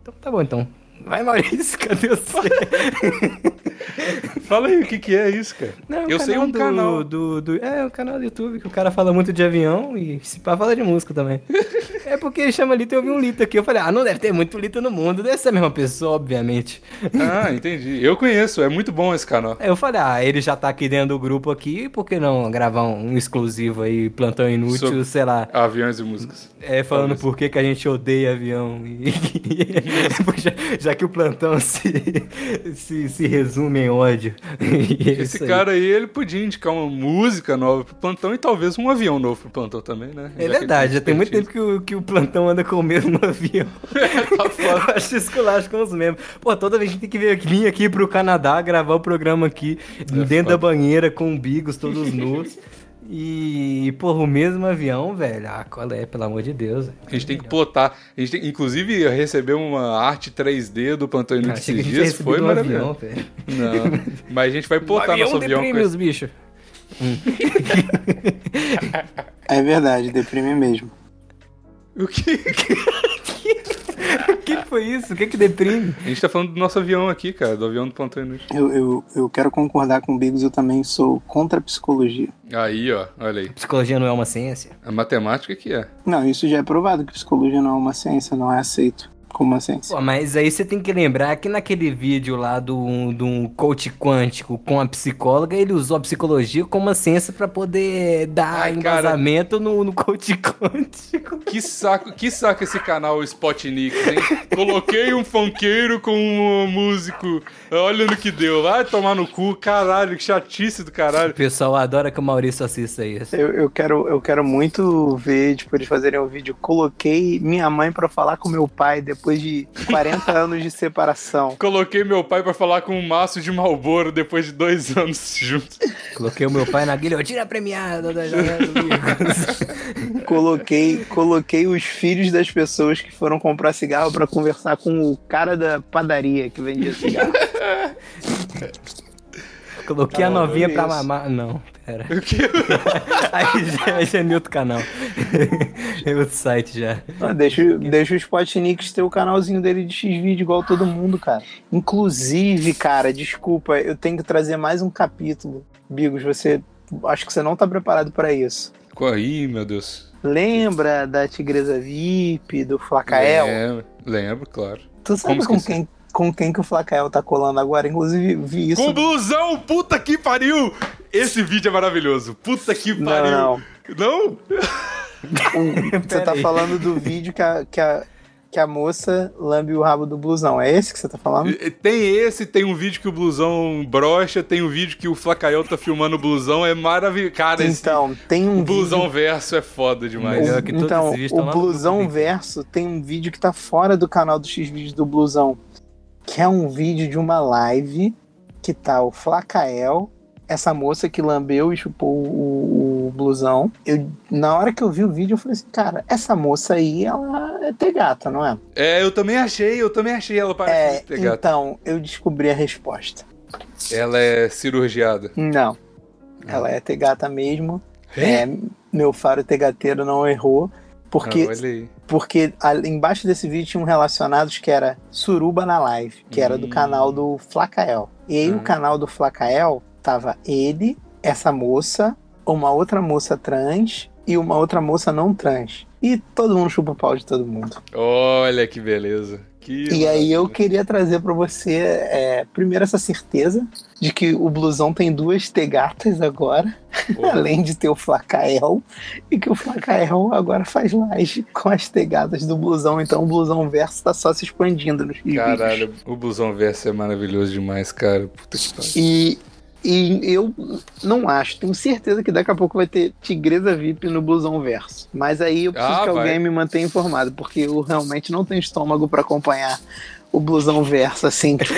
Speaker 2: Então tá bom, então. Vai, Maurício, cadê você?
Speaker 1: Fala aí, o que, que é isso, cara?
Speaker 2: Não, é
Speaker 1: Eu sei um canal.
Speaker 2: Do, do- é, um canal do YouTube que o cara fala muito de avião e se pá, fala de música também. é porque ele chama Lito e eu vi um Lito aqui. Eu falei, ah, não deve ter muito Lito no mundo, deve ser a mesma pessoa, obviamente.
Speaker 1: Ah, entendi. Eu conheço, é muito bom esse canal.
Speaker 2: Aí eu falei, ah, ele já tá aqui dentro do grupo aqui, por que não gravar um exclusivo aí, plantão inútil,
Speaker 1: Sobre-
Speaker 2: sei lá.
Speaker 1: Aviões e músicas.
Speaker 2: É, falando
Speaker 1: Talvez.
Speaker 2: por que, que a gente odeia avião. E- Porque já, já que o plantão se, se, se resume em ódio. E é
Speaker 1: Esse
Speaker 2: isso aí.
Speaker 1: cara aí, ele podia indicar uma música nova pro plantão e talvez um avião novo pro plantão também, né?
Speaker 2: É verdade, já tem muito tempo que o, que o plantão anda com o mesmo avião.
Speaker 1: Tá foda.
Speaker 2: Eu acho esculacho com os membros. Pô, toda vez a gente tem que vir aqui, vir aqui pro Canadá gravar o programa aqui, dentro
Speaker 1: É foda.
Speaker 2: da banheira, com umbigos todos nus. E, porra, o mesmo avião, velho. Ah, qual é, pelo amor de Deus. velho.
Speaker 1: A gente tem que plotar. A gente tem, inclusive, recebeu uma arte 3D do Plantão
Speaker 2: Cara,
Speaker 1: Inútil
Speaker 2: achei que a
Speaker 1: esses
Speaker 2: gente tinha
Speaker 1: dias.
Speaker 2: recebido
Speaker 1: Foi
Speaker 2: um avião,
Speaker 1: maravilhoso.
Speaker 2: velho.
Speaker 1: Não. Mas a gente vai
Speaker 2: O
Speaker 1: plotar
Speaker 2: avião
Speaker 1: nosso avião.
Speaker 2: deprime
Speaker 1: com
Speaker 2: os bichos.
Speaker 3: É verdade, deprime mesmo.
Speaker 1: esse- O que?
Speaker 2: O que foi isso? O que que deprime?
Speaker 1: A gente tá falando do nosso avião aqui, cara, do avião do Plantão Inútil.
Speaker 3: Eu, eu, eu quero concordar com o Bigos, eu também sou contra a psicologia.
Speaker 1: Aí, ó, olha aí.
Speaker 2: Psicologia não é uma ciência?
Speaker 1: A matemática que é.
Speaker 3: Não, isso já é provado que psicologia não é uma ciência, não é aceito como uma ciência.
Speaker 2: Pô, mas aí você tem que lembrar que naquele vídeo lá do, do coach quântico com a psicóloga, ele usou a psicologia como uma ciência pra poder dar
Speaker 1: Ai, cara.
Speaker 2: embasamento no, no coach quântico.
Speaker 1: Que saco, que saco esse canal Spotnik, hein? Coloquei um funkeiro com um músico. Olha no que deu. Vai tomar no cu, caralho, que chatice do
Speaker 2: O
Speaker 1: caralho.
Speaker 2: pessoal adora que o Maurício assista isso.
Speaker 3: Eu, eu, quero, eu quero muito ver, tipo, eles fazerem um vídeo. Coloquei minha mãe pra falar com meu pai depois de 40 anos de separação.
Speaker 1: Coloquei meu pai pra falar com um maço de Malboro depois de dois anos juntos.
Speaker 2: Coloquei o meu pai na guilhotina premiada da janela do Bigos.
Speaker 3: Coloquei, coloquei os filhos das pessoas que foram comprar cigarro pra conversar com o cara da padaria que vendia cigarro.
Speaker 2: Coloquei a
Speaker 3: Tá bom,
Speaker 2: novinha pra
Speaker 3: Maurício.
Speaker 2: mamar. Não, pera. aí já, já é em outro canal. é outro site já.
Speaker 3: Ah, deixa, deixa o Spotnik ter o canalzinho dele de X-Vídeo igual todo mundo, cara. Inclusive, cara, desculpa, eu tenho que trazer mais um capítulo. Bigos, você. Acho que você não tá preparado pra isso.
Speaker 1: Ih, meu Deus.
Speaker 3: Lembra da Tigresa VIP, do Flacael?
Speaker 1: Lembro, lembro, claro.
Speaker 3: Tu sabe
Speaker 1: É. Como
Speaker 3: com
Speaker 1: esquecer?
Speaker 3: quem, com quem que o Flacael tá colando agora? Inclusive, vi isso.
Speaker 1: Com blusão, puta que pariu! Esse vídeo é maravilhoso. Puta que pariu.
Speaker 3: Não, não.
Speaker 1: Não?
Speaker 3: O- você tá
Speaker 2: Peraí.
Speaker 3: falando do vídeo que a, que, a, que a moça lambe o rabo do blusão. É esse que você tá falando?
Speaker 1: Tem esse, tem um vídeo que o blusão brocha, tem um vídeo que o Flacael tá filmando o blusão, é maravilhoso. Cara, esse
Speaker 3: Então, tem um
Speaker 1: o
Speaker 3: vídeo.
Speaker 1: blusão verso é foda demais.
Speaker 2: Melhor
Speaker 3: O-
Speaker 2: que todos
Speaker 3: então,
Speaker 2: esses vídeos estão
Speaker 3: o
Speaker 2: lá no
Speaker 3: Blusão
Speaker 2: YouTube.
Speaker 3: Verso tem um vídeo que tá fora do canal do X-Vídeos do Blusão. Que é um vídeo de uma live que tá o Flacael, essa moça que lambeu e chupou o, o blusão. Eu, na hora que eu vi o vídeo, eu falei assim, cara, essa moça aí, ela é ter gata, não é?
Speaker 1: É, eu também achei, eu também achei ela parece
Speaker 3: É,
Speaker 1: é, gata.
Speaker 3: então, eu descobri a resposta.
Speaker 1: Ela é cirurgiada.
Speaker 3: Não. Ela é ter gata mesmo. É, meu faro tegateiro não errou. Porque
Speaker 1: Ah, olha aí.
Speaker 3: Porque a- embaixo desse vídeo tinha um relacionados que era Suruba na Live, que era do
Speaker 1: Hum.
Speaker 3: canal do Flacael. E aí
Speaker 1: Hum.
Speaker 3: o canal do Flacael tava ele, essa moça, uma outra moça trans e uma outra moça não trans. E todo mundo chupa o pau de todo mundo.
Speaker 1: Olha que beleza. Que
Speaker 3: e aí eu
Speaker 1: maravilha.
Speaker 3: queria trazer pra você, é, primeiro, essa certeza de que o blusão tem duas tegatas agora,
Speaker 1: Porra.
Speaker 3: além de ter o Flacael, e que o Flacael agora faz live com as tegadas do blusão. Então o blusão verso tá só se expandindo nos vídeos.
Speaker 1: Caralho, o blusão verso é maravilhoso demais, cara. Puta que pariu.
Speaker 3: E, e eu não acho, tenho certeza que daqui a pouco vai ter Tigresa VIP no blusão verso. Mas aí eu preciso
Speaker 1: Ah,
Speaker 3: que
Speaker 1: vai.
Speaker 3: alguém me mantenha informado, porque eu realmente não tenho estômago pra acompanhar o blusão verso assim, tipo.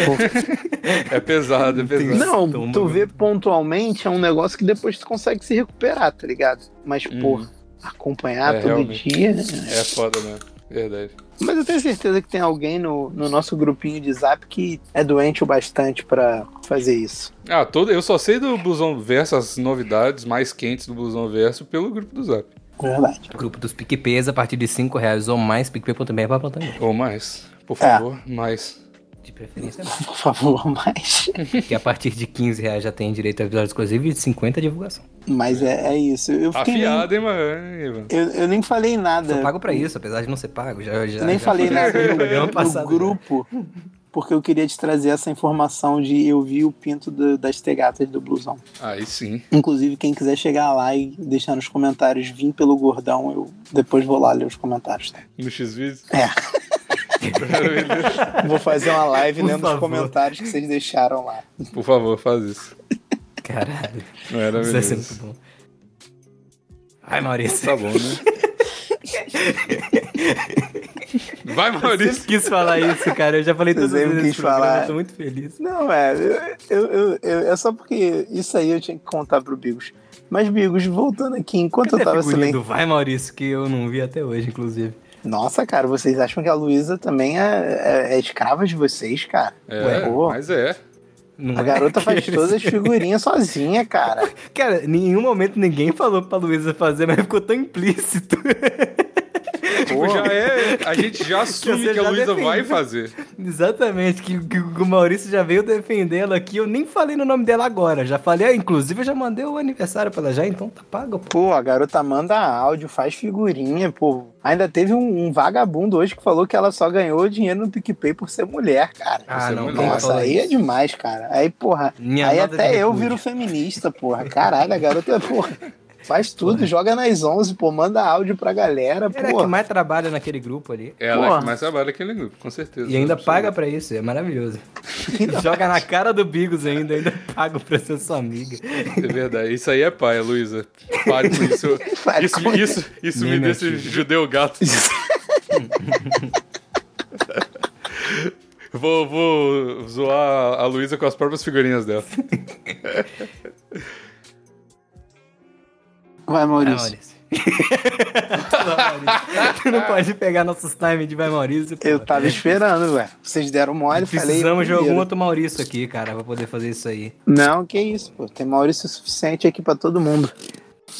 Speaker 1: É pesado, é pesado.
Speaker 3: Não,
Speaker 2: estômago.
Speaker 3: tu vê pontualmente é um negócio que depois tu consegue se recuperar, tá ligado? Mas,
Speaker 1: Uhum.
Speaker 3: pô, acompanhar
Speaker 1: É,
Speaker 3: todo
Speaker 1: realmente.
Speaker 3: dia. né?
Speaker 1: É foda mesmo. Verdade.
Speaker 3: Mas eu tenho certeza que tem alguém no, no nosso grupinho de zap que é doente o bastante pra fazer isso.
Speaker 1: Ah, todo, eu só sei do blusão verso, as novidades mais quentes do blusão verso pelo grupo do Zap.
Speaker 3: Verdade.
Speaker 2: Grupo dos é PicPays a partir de 5 reais ou mais, picpay.br para plantar.
Speaker 1: Ou mais. Por favor, mais.
Speaker 2: De preferência, né?
Speaker 3: Por favor, mas.
Speaker 2: que a partir de 15 reais já tem direito a episódios exclusivos e de 50 a divulgação.
Speaker 3: Mas é, é isso. Eu fiquei. nem-
Speaker 1: Tá Afiado, hein, mano? Hein, Ivan?
Speaker 3: eu, eu nem falei nada.
Speaker 2: Sou pago pra isso, apesar de não ser pago. Já, já,
Speaker 3: Eu É. nem
Speaker 2: já
Speaker 3: falei
Speaker 2: falei isso
Speaker 3: nada
Speaker 2: no programa
Speaker 3: no,
Speaker 2: passado, né?
Speaker 3: no grupo, porque eu queria te trazer essa informação de eu vi o pinto do- das tegatas do blusão.
Speaker 1: Aí sim.
Speaker 3: Inclusive, quem quiser chegar lá e deixar nos comentários, vim pelo gordão, eu depois vou lá ler os comentários. tá?
Speaker 1: No X-Videos.
Speaker 3: É,
Speaker 1: Maravilha.
Speaker 3: vou fazer uma live
Speaker 2: Por
Speaker 3: lendo os
Speaker 2: favor.
Speaker 3: comentários que vocês deixaram lá.
Speaker 1: Por favor, faz isso.
Speaker 2: Caralho, isso vai ser muito
Speaker 1: Maravilhoso.
Speaker 2: bom. Ai, Maurício.
Speaker 1: Tá bom, né? Vai,
Speaker 2: Eu
Speaker 1: Maurício.
Speaker 2: sempre quis falar isso, cara. Eu já falei tudo
Speaker 3: sempre quis falar.
Speaker 2: Eu tô muito feliz.
Speaker 3: Não, é, eu, eu- eu- é só porque isso aí eu tinha que contar pro Bigos. Mas, Bigos, voltando aqui, enquanto
Speaker 2: Cadê
Speaker 3: eu tava
Speaker 2: a figurinha
Speaker 3: silêncio.
Speaker 2: do Vai, Maurício, que eu não vi até hoje, inclusive.
Speaker 3: Nossa, cara, vocês acham que a Luísa também é, é- é escrava de vocês, cara?
Speaker 1: É,
Speaker 3: Pô.
Speaker 1: mas é.
Speaker 2: Não
Speaker 3: A
Speaker 2: é
Speaker 3: garota faz
Speaker 2: aqueles-
Speaker 3: todas as figurinhas sozinha, cara.
Speaker 2: Cara, em nenhum momento ninguém falou pra Luísa fazer, mas ficou tão implícito.
Speaker 1: Tipo, já é. A gente já assume
Speaker 2: você
Speaker 1: que a
Speaker 2: já
Speaker 1: Luísa
Speaker 2: defende.
Speaker 1: vai fazer.
Speaker 2: Exatamente, que, que o Maurício já veio defender ela aqui. Eu nem falei no nome dela agora. Já falei, ah, inclusive eu já mandei o aniversário pra ela já, então tá pago, pô.
Speaker 3: Pô, a garota manda áudio, faz figurinha, pô. Ainda teve um, um vagabundo hoje que falou que ela só ganhou dinheiro no PicPay por ser mulher, cara.
Speaker 2: Ah,
Speaker 1: Você não
Speaker 2: quem
Speaker 3: Nossa,
Speaker 2: falou
Speaker 3: aí é
Speaker 2: isso?
Speaker 3: demais, cara. Aí, porra,
Speaker 2: Minha
Speaker 3: aí
Speaker 2: nota de
Speaker 3: até eu
Speaker 2: repúdio.
Speaker 3: viro feminista, porra. Caralho, a garota, porra, faz tudo, joga nas 11, pô, manda áudio pra galera,
Speaker 2: Ela é que
Speaker 3: pô.
Speaker 2: mais trabalha naquele grupo ali.
Speaker 1: Ela é
Speaker 3: Porra.
Speaker 1: que mais trabalha naquele grupo, com certeza.
Speaker 2: E ainda paga pra isso, é maravilhoso. Joga na cara do Bigos ainda, ainda paga pra ser sua amiga.
Speaker 1: É verdade. Isso aí é paia, Luísa. Pare com isso.
Speaker 3: Pare
Speaker 1: Isso,
Speaker 3: com
Speaker 1: isso, isso
Speaker 2: Nem
Speaker 1: me
Speaker 2: me
Speaker 1: deixa
Speaker 2: ative.
Speaker 1: judeu gato. Vou, vou zoar a Luísa com as próprias figurinhas dela.
Speaker 3: Vai,
Speaker 2: Vai,
Speaker 3: Maurício.
Speaker 2: Ah, Maurício. Vai, Maurício. tu não pode pegar nossos times de vai, Maurício. pô.
Speaker 3: Eu tava esperando, velho. Vocês deram mole, falei.
Speaker 2: é Precisamos de
Speaker 3: primeiro.
Speaker 2: algum outro Maurício aqui, cara, pra poder fazer isso aí.
Speaker 3: Não, que isso, pô. Tem Maurício suficiente aqui pra todo mundo.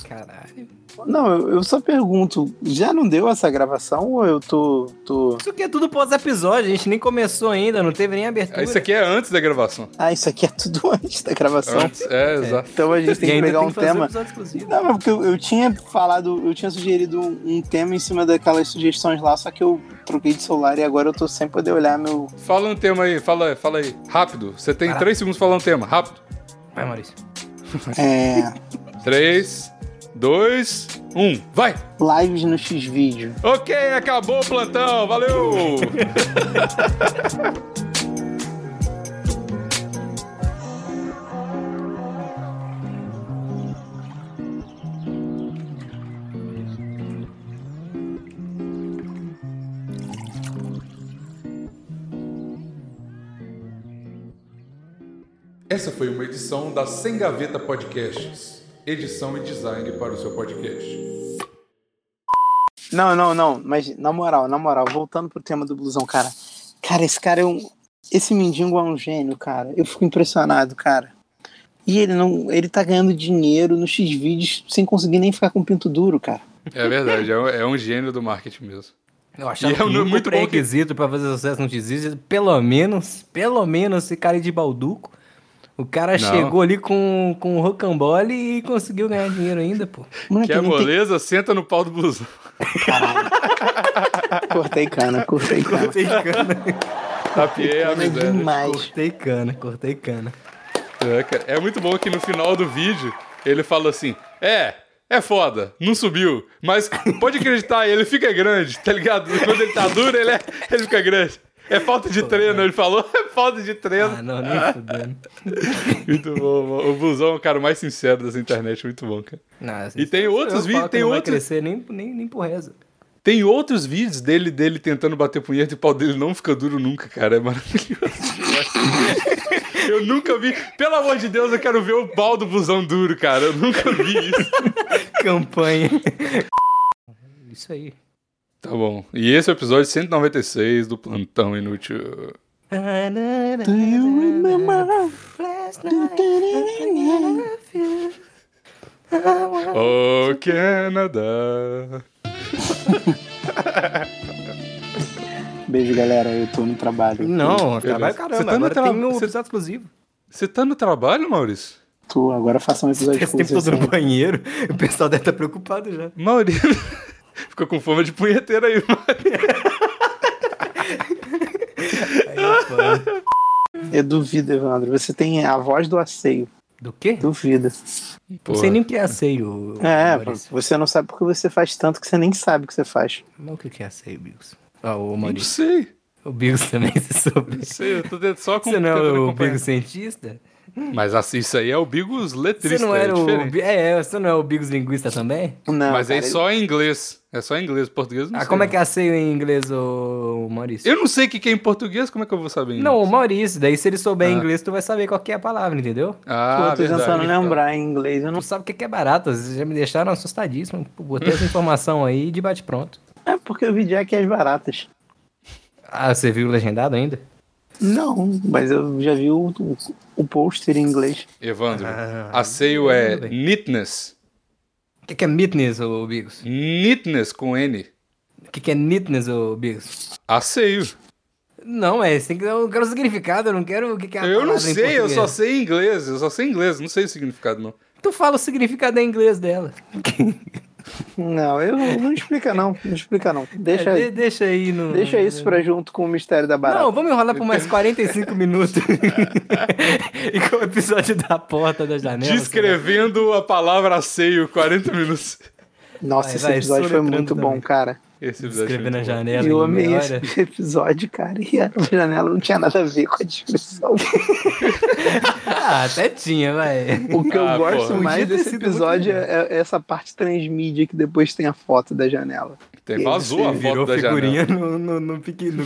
Speaker 2: Caralho.
Speaker 3: Não, eu, eu só pergunto, já não deu essa gravação ou eu tô. tô...
Speaker 2: Isso aqui é tudo pós-episódio, a gente nem começou ainda, não teve nem abertura.
Speaker 1: Isso aqui é antes da gravação.
Speaker 3: Ah, isso aqui é tudo antes da gravação.
Speaker 1: Antes, é, exato.
Speaker 3: Então a gente tem
Speaker 2: Ah. E
Speaker 3: que
Speaker 2: ainda
Speaker 3: pegar
Speaker 2: tem
Speaker 3: um
Speaker 2: que fazer
Speaker 3: tema.
Speaker 2: episódio exclusivo.
Speaker 3: Não, mas porque eu, eu tinha falado, eu tinha sugerido um, um tema em cima daquelas sugestões lá, só que eu troquei de celular e agora eu tô sem poder olhar meu.
Speaker 1: Fala um tema aí, fala, fala aí. Rápido. Você tem três segundos pra falar um tema. Rápido.
Speaker 2: Vai, Maurício.
Speaker 3: É,
Speaker 1: Três, dois, um. Vai!
Speaker 3: lives no X-Vídeo.
Speaker 1: Ok, acabou o plantão. Valeu! Essa foi uma edição da Sem Gaveta Podcasts. Edição e design para o seu podcast.
Speaker 3: Não, não, não, mas na moral, na moral, voltando pro tema do blusão, cara. Cara, esse cara é um. Esse mendigo é um gênio, cara. Eu fico impressionado, cara. E ele não. Ele tá ganhando dinheiro nos X-Vídeos sem conseguir nem ficar com pinto duro, cara.
Speaker 1: É verdade, é um, é um gênio do marketing mesmo.
Speaker 2: Eu achava
Speaker 1: E é
Speaker 2: que
Speaker 1: um
Speaker 2: o
Speaker 1: nome muito
Speaker 2: muito
Speaker 1: bom que-
Speaker 2: pré-requisito pra fazer sucesso no X-Vídeos, pelo menos, pelo menos, esse cara de balduco. O cara
Speaker 1: Não.
Speaker 2: chegou ali com, com o rocambole e conseguiu ganhar dinheiro ainda, pô.
Speaker 3: Moleque,
Speaker 1: Quer
Speaker 3: não tem-
Speaker 1: moleza? Senta no pau do blusão.
Speaker 3: Cortei cana, cortei cana.
Speaker 2: Cortei cana.
Speaker 1: Tapiei a
Speaker 3: Cana é
Speaker 1: miséria.
Speaker 3: demais.
Speaker 2: cortei cana, cortei cana.
Speaker 1: É, cara. É muito bom que no final do vídeo ele fala assim: é, é foda, não subiu, mas pode acreditar, ele fica grande, tá ligado? Quando ele tá duro, ele, é- ele fica grande. É falta de treino, ele falou, é falta de treino.
Speaker 2: Ah, não, nem fudendo.
Speaker 1: Muito bom, mano. o blusão é o cara mais sincero dessa internet, muito bom, cara.
Speaker 2: Não, assim,
Speaker 1: E tem
Speaker 2: eu
Speaker 1: outros
Speaker 2: falo
Speaker 1: vídeos,
Speaker 2: que
Speaker 1: tem
Speaker 2: não vai
Speaker 1: outros-
Speaker 2: crescer nem, nem, nem por reza.
Speaker 1: Tem outros vídeos dele dele tentando bater punheta e o pau dele não fica duro nunca, cara. É maravilhoso. Eu nunca vi. Pelo amor de Deus, eu quero ver o pau do busão duro, cara. Eu nunca vi isso.
Speaker 2: Campanha. Isso aí.
Speaker 1: Tá bom. E esse é o episódio 196 do Plantão Inútil.
Speaker 3: Do you remember?
Speaker 1: Oh, Canadá.
Speaker 3: Beijo, galera. Eu tô no trabalho.
Speaker 2: Não, trabalho
Speaker 1: Você
Speaker 2: caramba.
Speaker 1: tá no
Speaker 2: agora
Speaker 1: tra-
Speaker 2: tem um
Speaker 1: você-
Speaker 2: episódio exclusivo.
Speaker 1: Você tá no trabalho, Maurício?
Speaker 3: Tu, agora faça um episódio
Speaker 1: Tipo,
Speaker 2: Esse tempo
Speaker 3: exclusivo.
Speaker 2: todo no banheiro, o pessoal deve estar preocupado já.
Speaker 1: Maurício. Ficou com fome de punheteiro aí, Maurício.
Speaker 3: Eu duvido, Evandro. Você tem a voz do asseio.
Speaker 2: Do quê?
Speaker 3: Duvido.
Speaker 2: Não sei nem o que é asseio.
Speaker 3: É,
Speaker 2: Maurício.
Speaker 3: você não sabe porque você faz tanto que você nem sabe o que você faz.
Speaker 2: Mas o que é asseio, Bigos? Ah, o
Speaker 1: Não
Speaker 2: Maurício.
Speaker 1: sei,
Speaker 2: O Bigos também, se
Speaker 1: não
Speaker 2: souber.
Speaker 1: sei. Eu tô dentro- só com
Speaker 2: Você não é
Speaker 1: tentando
Speaker 2: o
Speaker 1: acompanhar.
Speaker 2: Bigos cientista?
Speaker 1: Mas assim, isso aí é o Bigos letrista.
Speaker 2: Você não era
Speaker 1: é
Speaker 2: o.
Speaker 1: diferente.
Speaker 2: Bi- É, é, você não é o Bigos linguista também?
Speaker 3: Não,
Speaker 1: Mas aí
Speaker 3: cara,
Speaker 1: só em inglês. É só em inglês. Português não
Speaker 2: Ah,
Speaker 1: sei.
Speaker 2: como é que é asseio em inglês, ô Maurício?
Speaker 1: Eu não sei o que que é em português, como é que eu vou saber? em
Speaker 2: Não, o
Speaker 1: inglês?
Speaker 2: Maurício, daí se ele souber
Speaker 1: Ah.
Speaker 2: inglês, tu vai saber qual que é a palavra, entendeu?
Speaker 3: Pô,
Speaker 1: Ah,
Speaker 3: eu tô
Speaker 1: verdade.
Speaker 3: tentando
Speaker 2: né? é um
Speaker 3: lembrar em inglês. Eu não...
Speaker 2: Não sabe o que que é barato, vocês já me deixaram assustadíssimo. Pô, Botei essa informação aí e de bate pronto.
Speaker 3: É porque eu vi Jack e as baratas.
Speaker 2: Ah, você viu o legendado ainda?
Speaker 3: Não, mas eu já vi o, o, o pôster em inglês.
Speaker 1: Evandro,
Speaker 2: Ah,
Speaker 1: asseio é
Speaker 2: tudo bem.
Speaker 1: neatness.
Speaker 2: O que, que é mitness, ô Bigos?
Speaker 1: Neatness com N.
Speaker 2: O que, que é nitness, ô Bigos?
Speaker 1: Asseio.
Speaker 2: Não, é, você tem que dar- eu quero o significado, eu não quero o que, que é a
Speaker 1: Eu não
Speaker 2: palavra em
Speaker 1: sei, eu só
Speaker 2: português.
Speaker 1: sei em inglês. Eu só sei em inglês, não sei o significado, não.
Speaker 2: Tu fala o significado em inglês dela.
Speaker 3: Não, eu não explica não. Não explica não. Deixa,
Speaker 2: É, de- deixa aí no...
Speaker 3: deixa isso pra junto com o mistério da barata.
Speaker 2: Não, vamos enrolar por mais 45 minutos. e com o episódio da porta da janela.
Speaker 1: Descrevendo a palavra asseio 40 minutos.
Speaker 3: Nossa,
Speaker 2: vai,
Speaker 3: esse
Speaker 2: vai,
Speaker 3: episódio foi
Speaker 2: soletrando
Speaker 3: muito
Speaker 2: também.
Speaker 3: bom, cara.
Speaker 1: Esse episódio foi
Speaker 2: Escrever na
Speaker 1: muito bom.
Speaker 2: janela.
Speaker 3: eu
Speaker 2: em
Speaker 3: amei
Speaker 2: meia
Speaker 3: esse
Speaker 2: hora.
Speaker 3: episódio, cara. E a janela não tinha nada a ver com a descrição.
Speaker 2: Ah, até tinha, vai.
Speaker 3: O que
Speaker 1: Ah,
Speaker 3: eu gosto
Speaker 1: porra.
Speaker 3: mais
Speaker 2: Podia ter
Speaker 3: desse
Speaker 2: sido muito
Speaker 3: episódio é, é essa parte transmídia que depois tem a foto da janela.
Speaker 1: Tem, vazou a foto
Speaker 2: Virou
Speaker 1: da janela.
Speaker 2: figurinha no, no, no, pique, no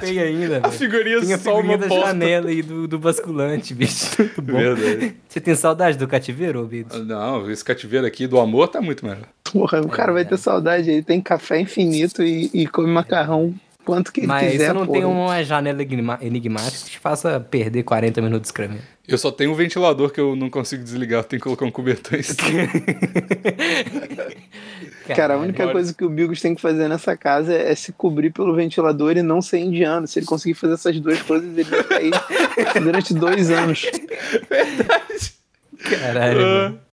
Speaker 2: tem ainda,
Speaker 1: A
Speaker 2: velho.
Speaker 1: figurinha
Speaker 2: Tinha
Speaker 1: só
Speaker 2: figurinha
Speaker 1: uma
Speaker 2: da
Speaker 1: bosta.
Speaker 2: janela e do, do basculante, bicho. Muito bom.
Speaker 1: Verdade.
Speaker 2: Você tem saudade do cativeiro, ô, Bido?
Speaker 1: Não, esse cativeiro aqui do amor tá muito melhor.
Speaker 3: Porra, o cara vai ter saudade. Ele tem café infinito e, e come macarrão quanto que ele
Speaker 2: Mas
Speaker 3: quiser.
Speaker 2: você não
Speaker 3: porra.
Speaker 2: tem um uma janela enigma- enigmática que te faça perder 40 minutos escrevendo.
Speaker 1: Eu só tenho um ventilador que eu não consigo desligar, eu tenho que colocar um cobertor em cima.
Speaker 2: É,
Speaker 3: Cara, a única
Speaker 1: Agora-
Speaker 3: coisa que o Bigos tem que fazer nessa casa é, é se cobrir pelo ventilador e não ser indiano. Se ele conseguir fazer essas duas coisas, ele vai cair durante dois anos.
Speaker 2: Caralho, mano.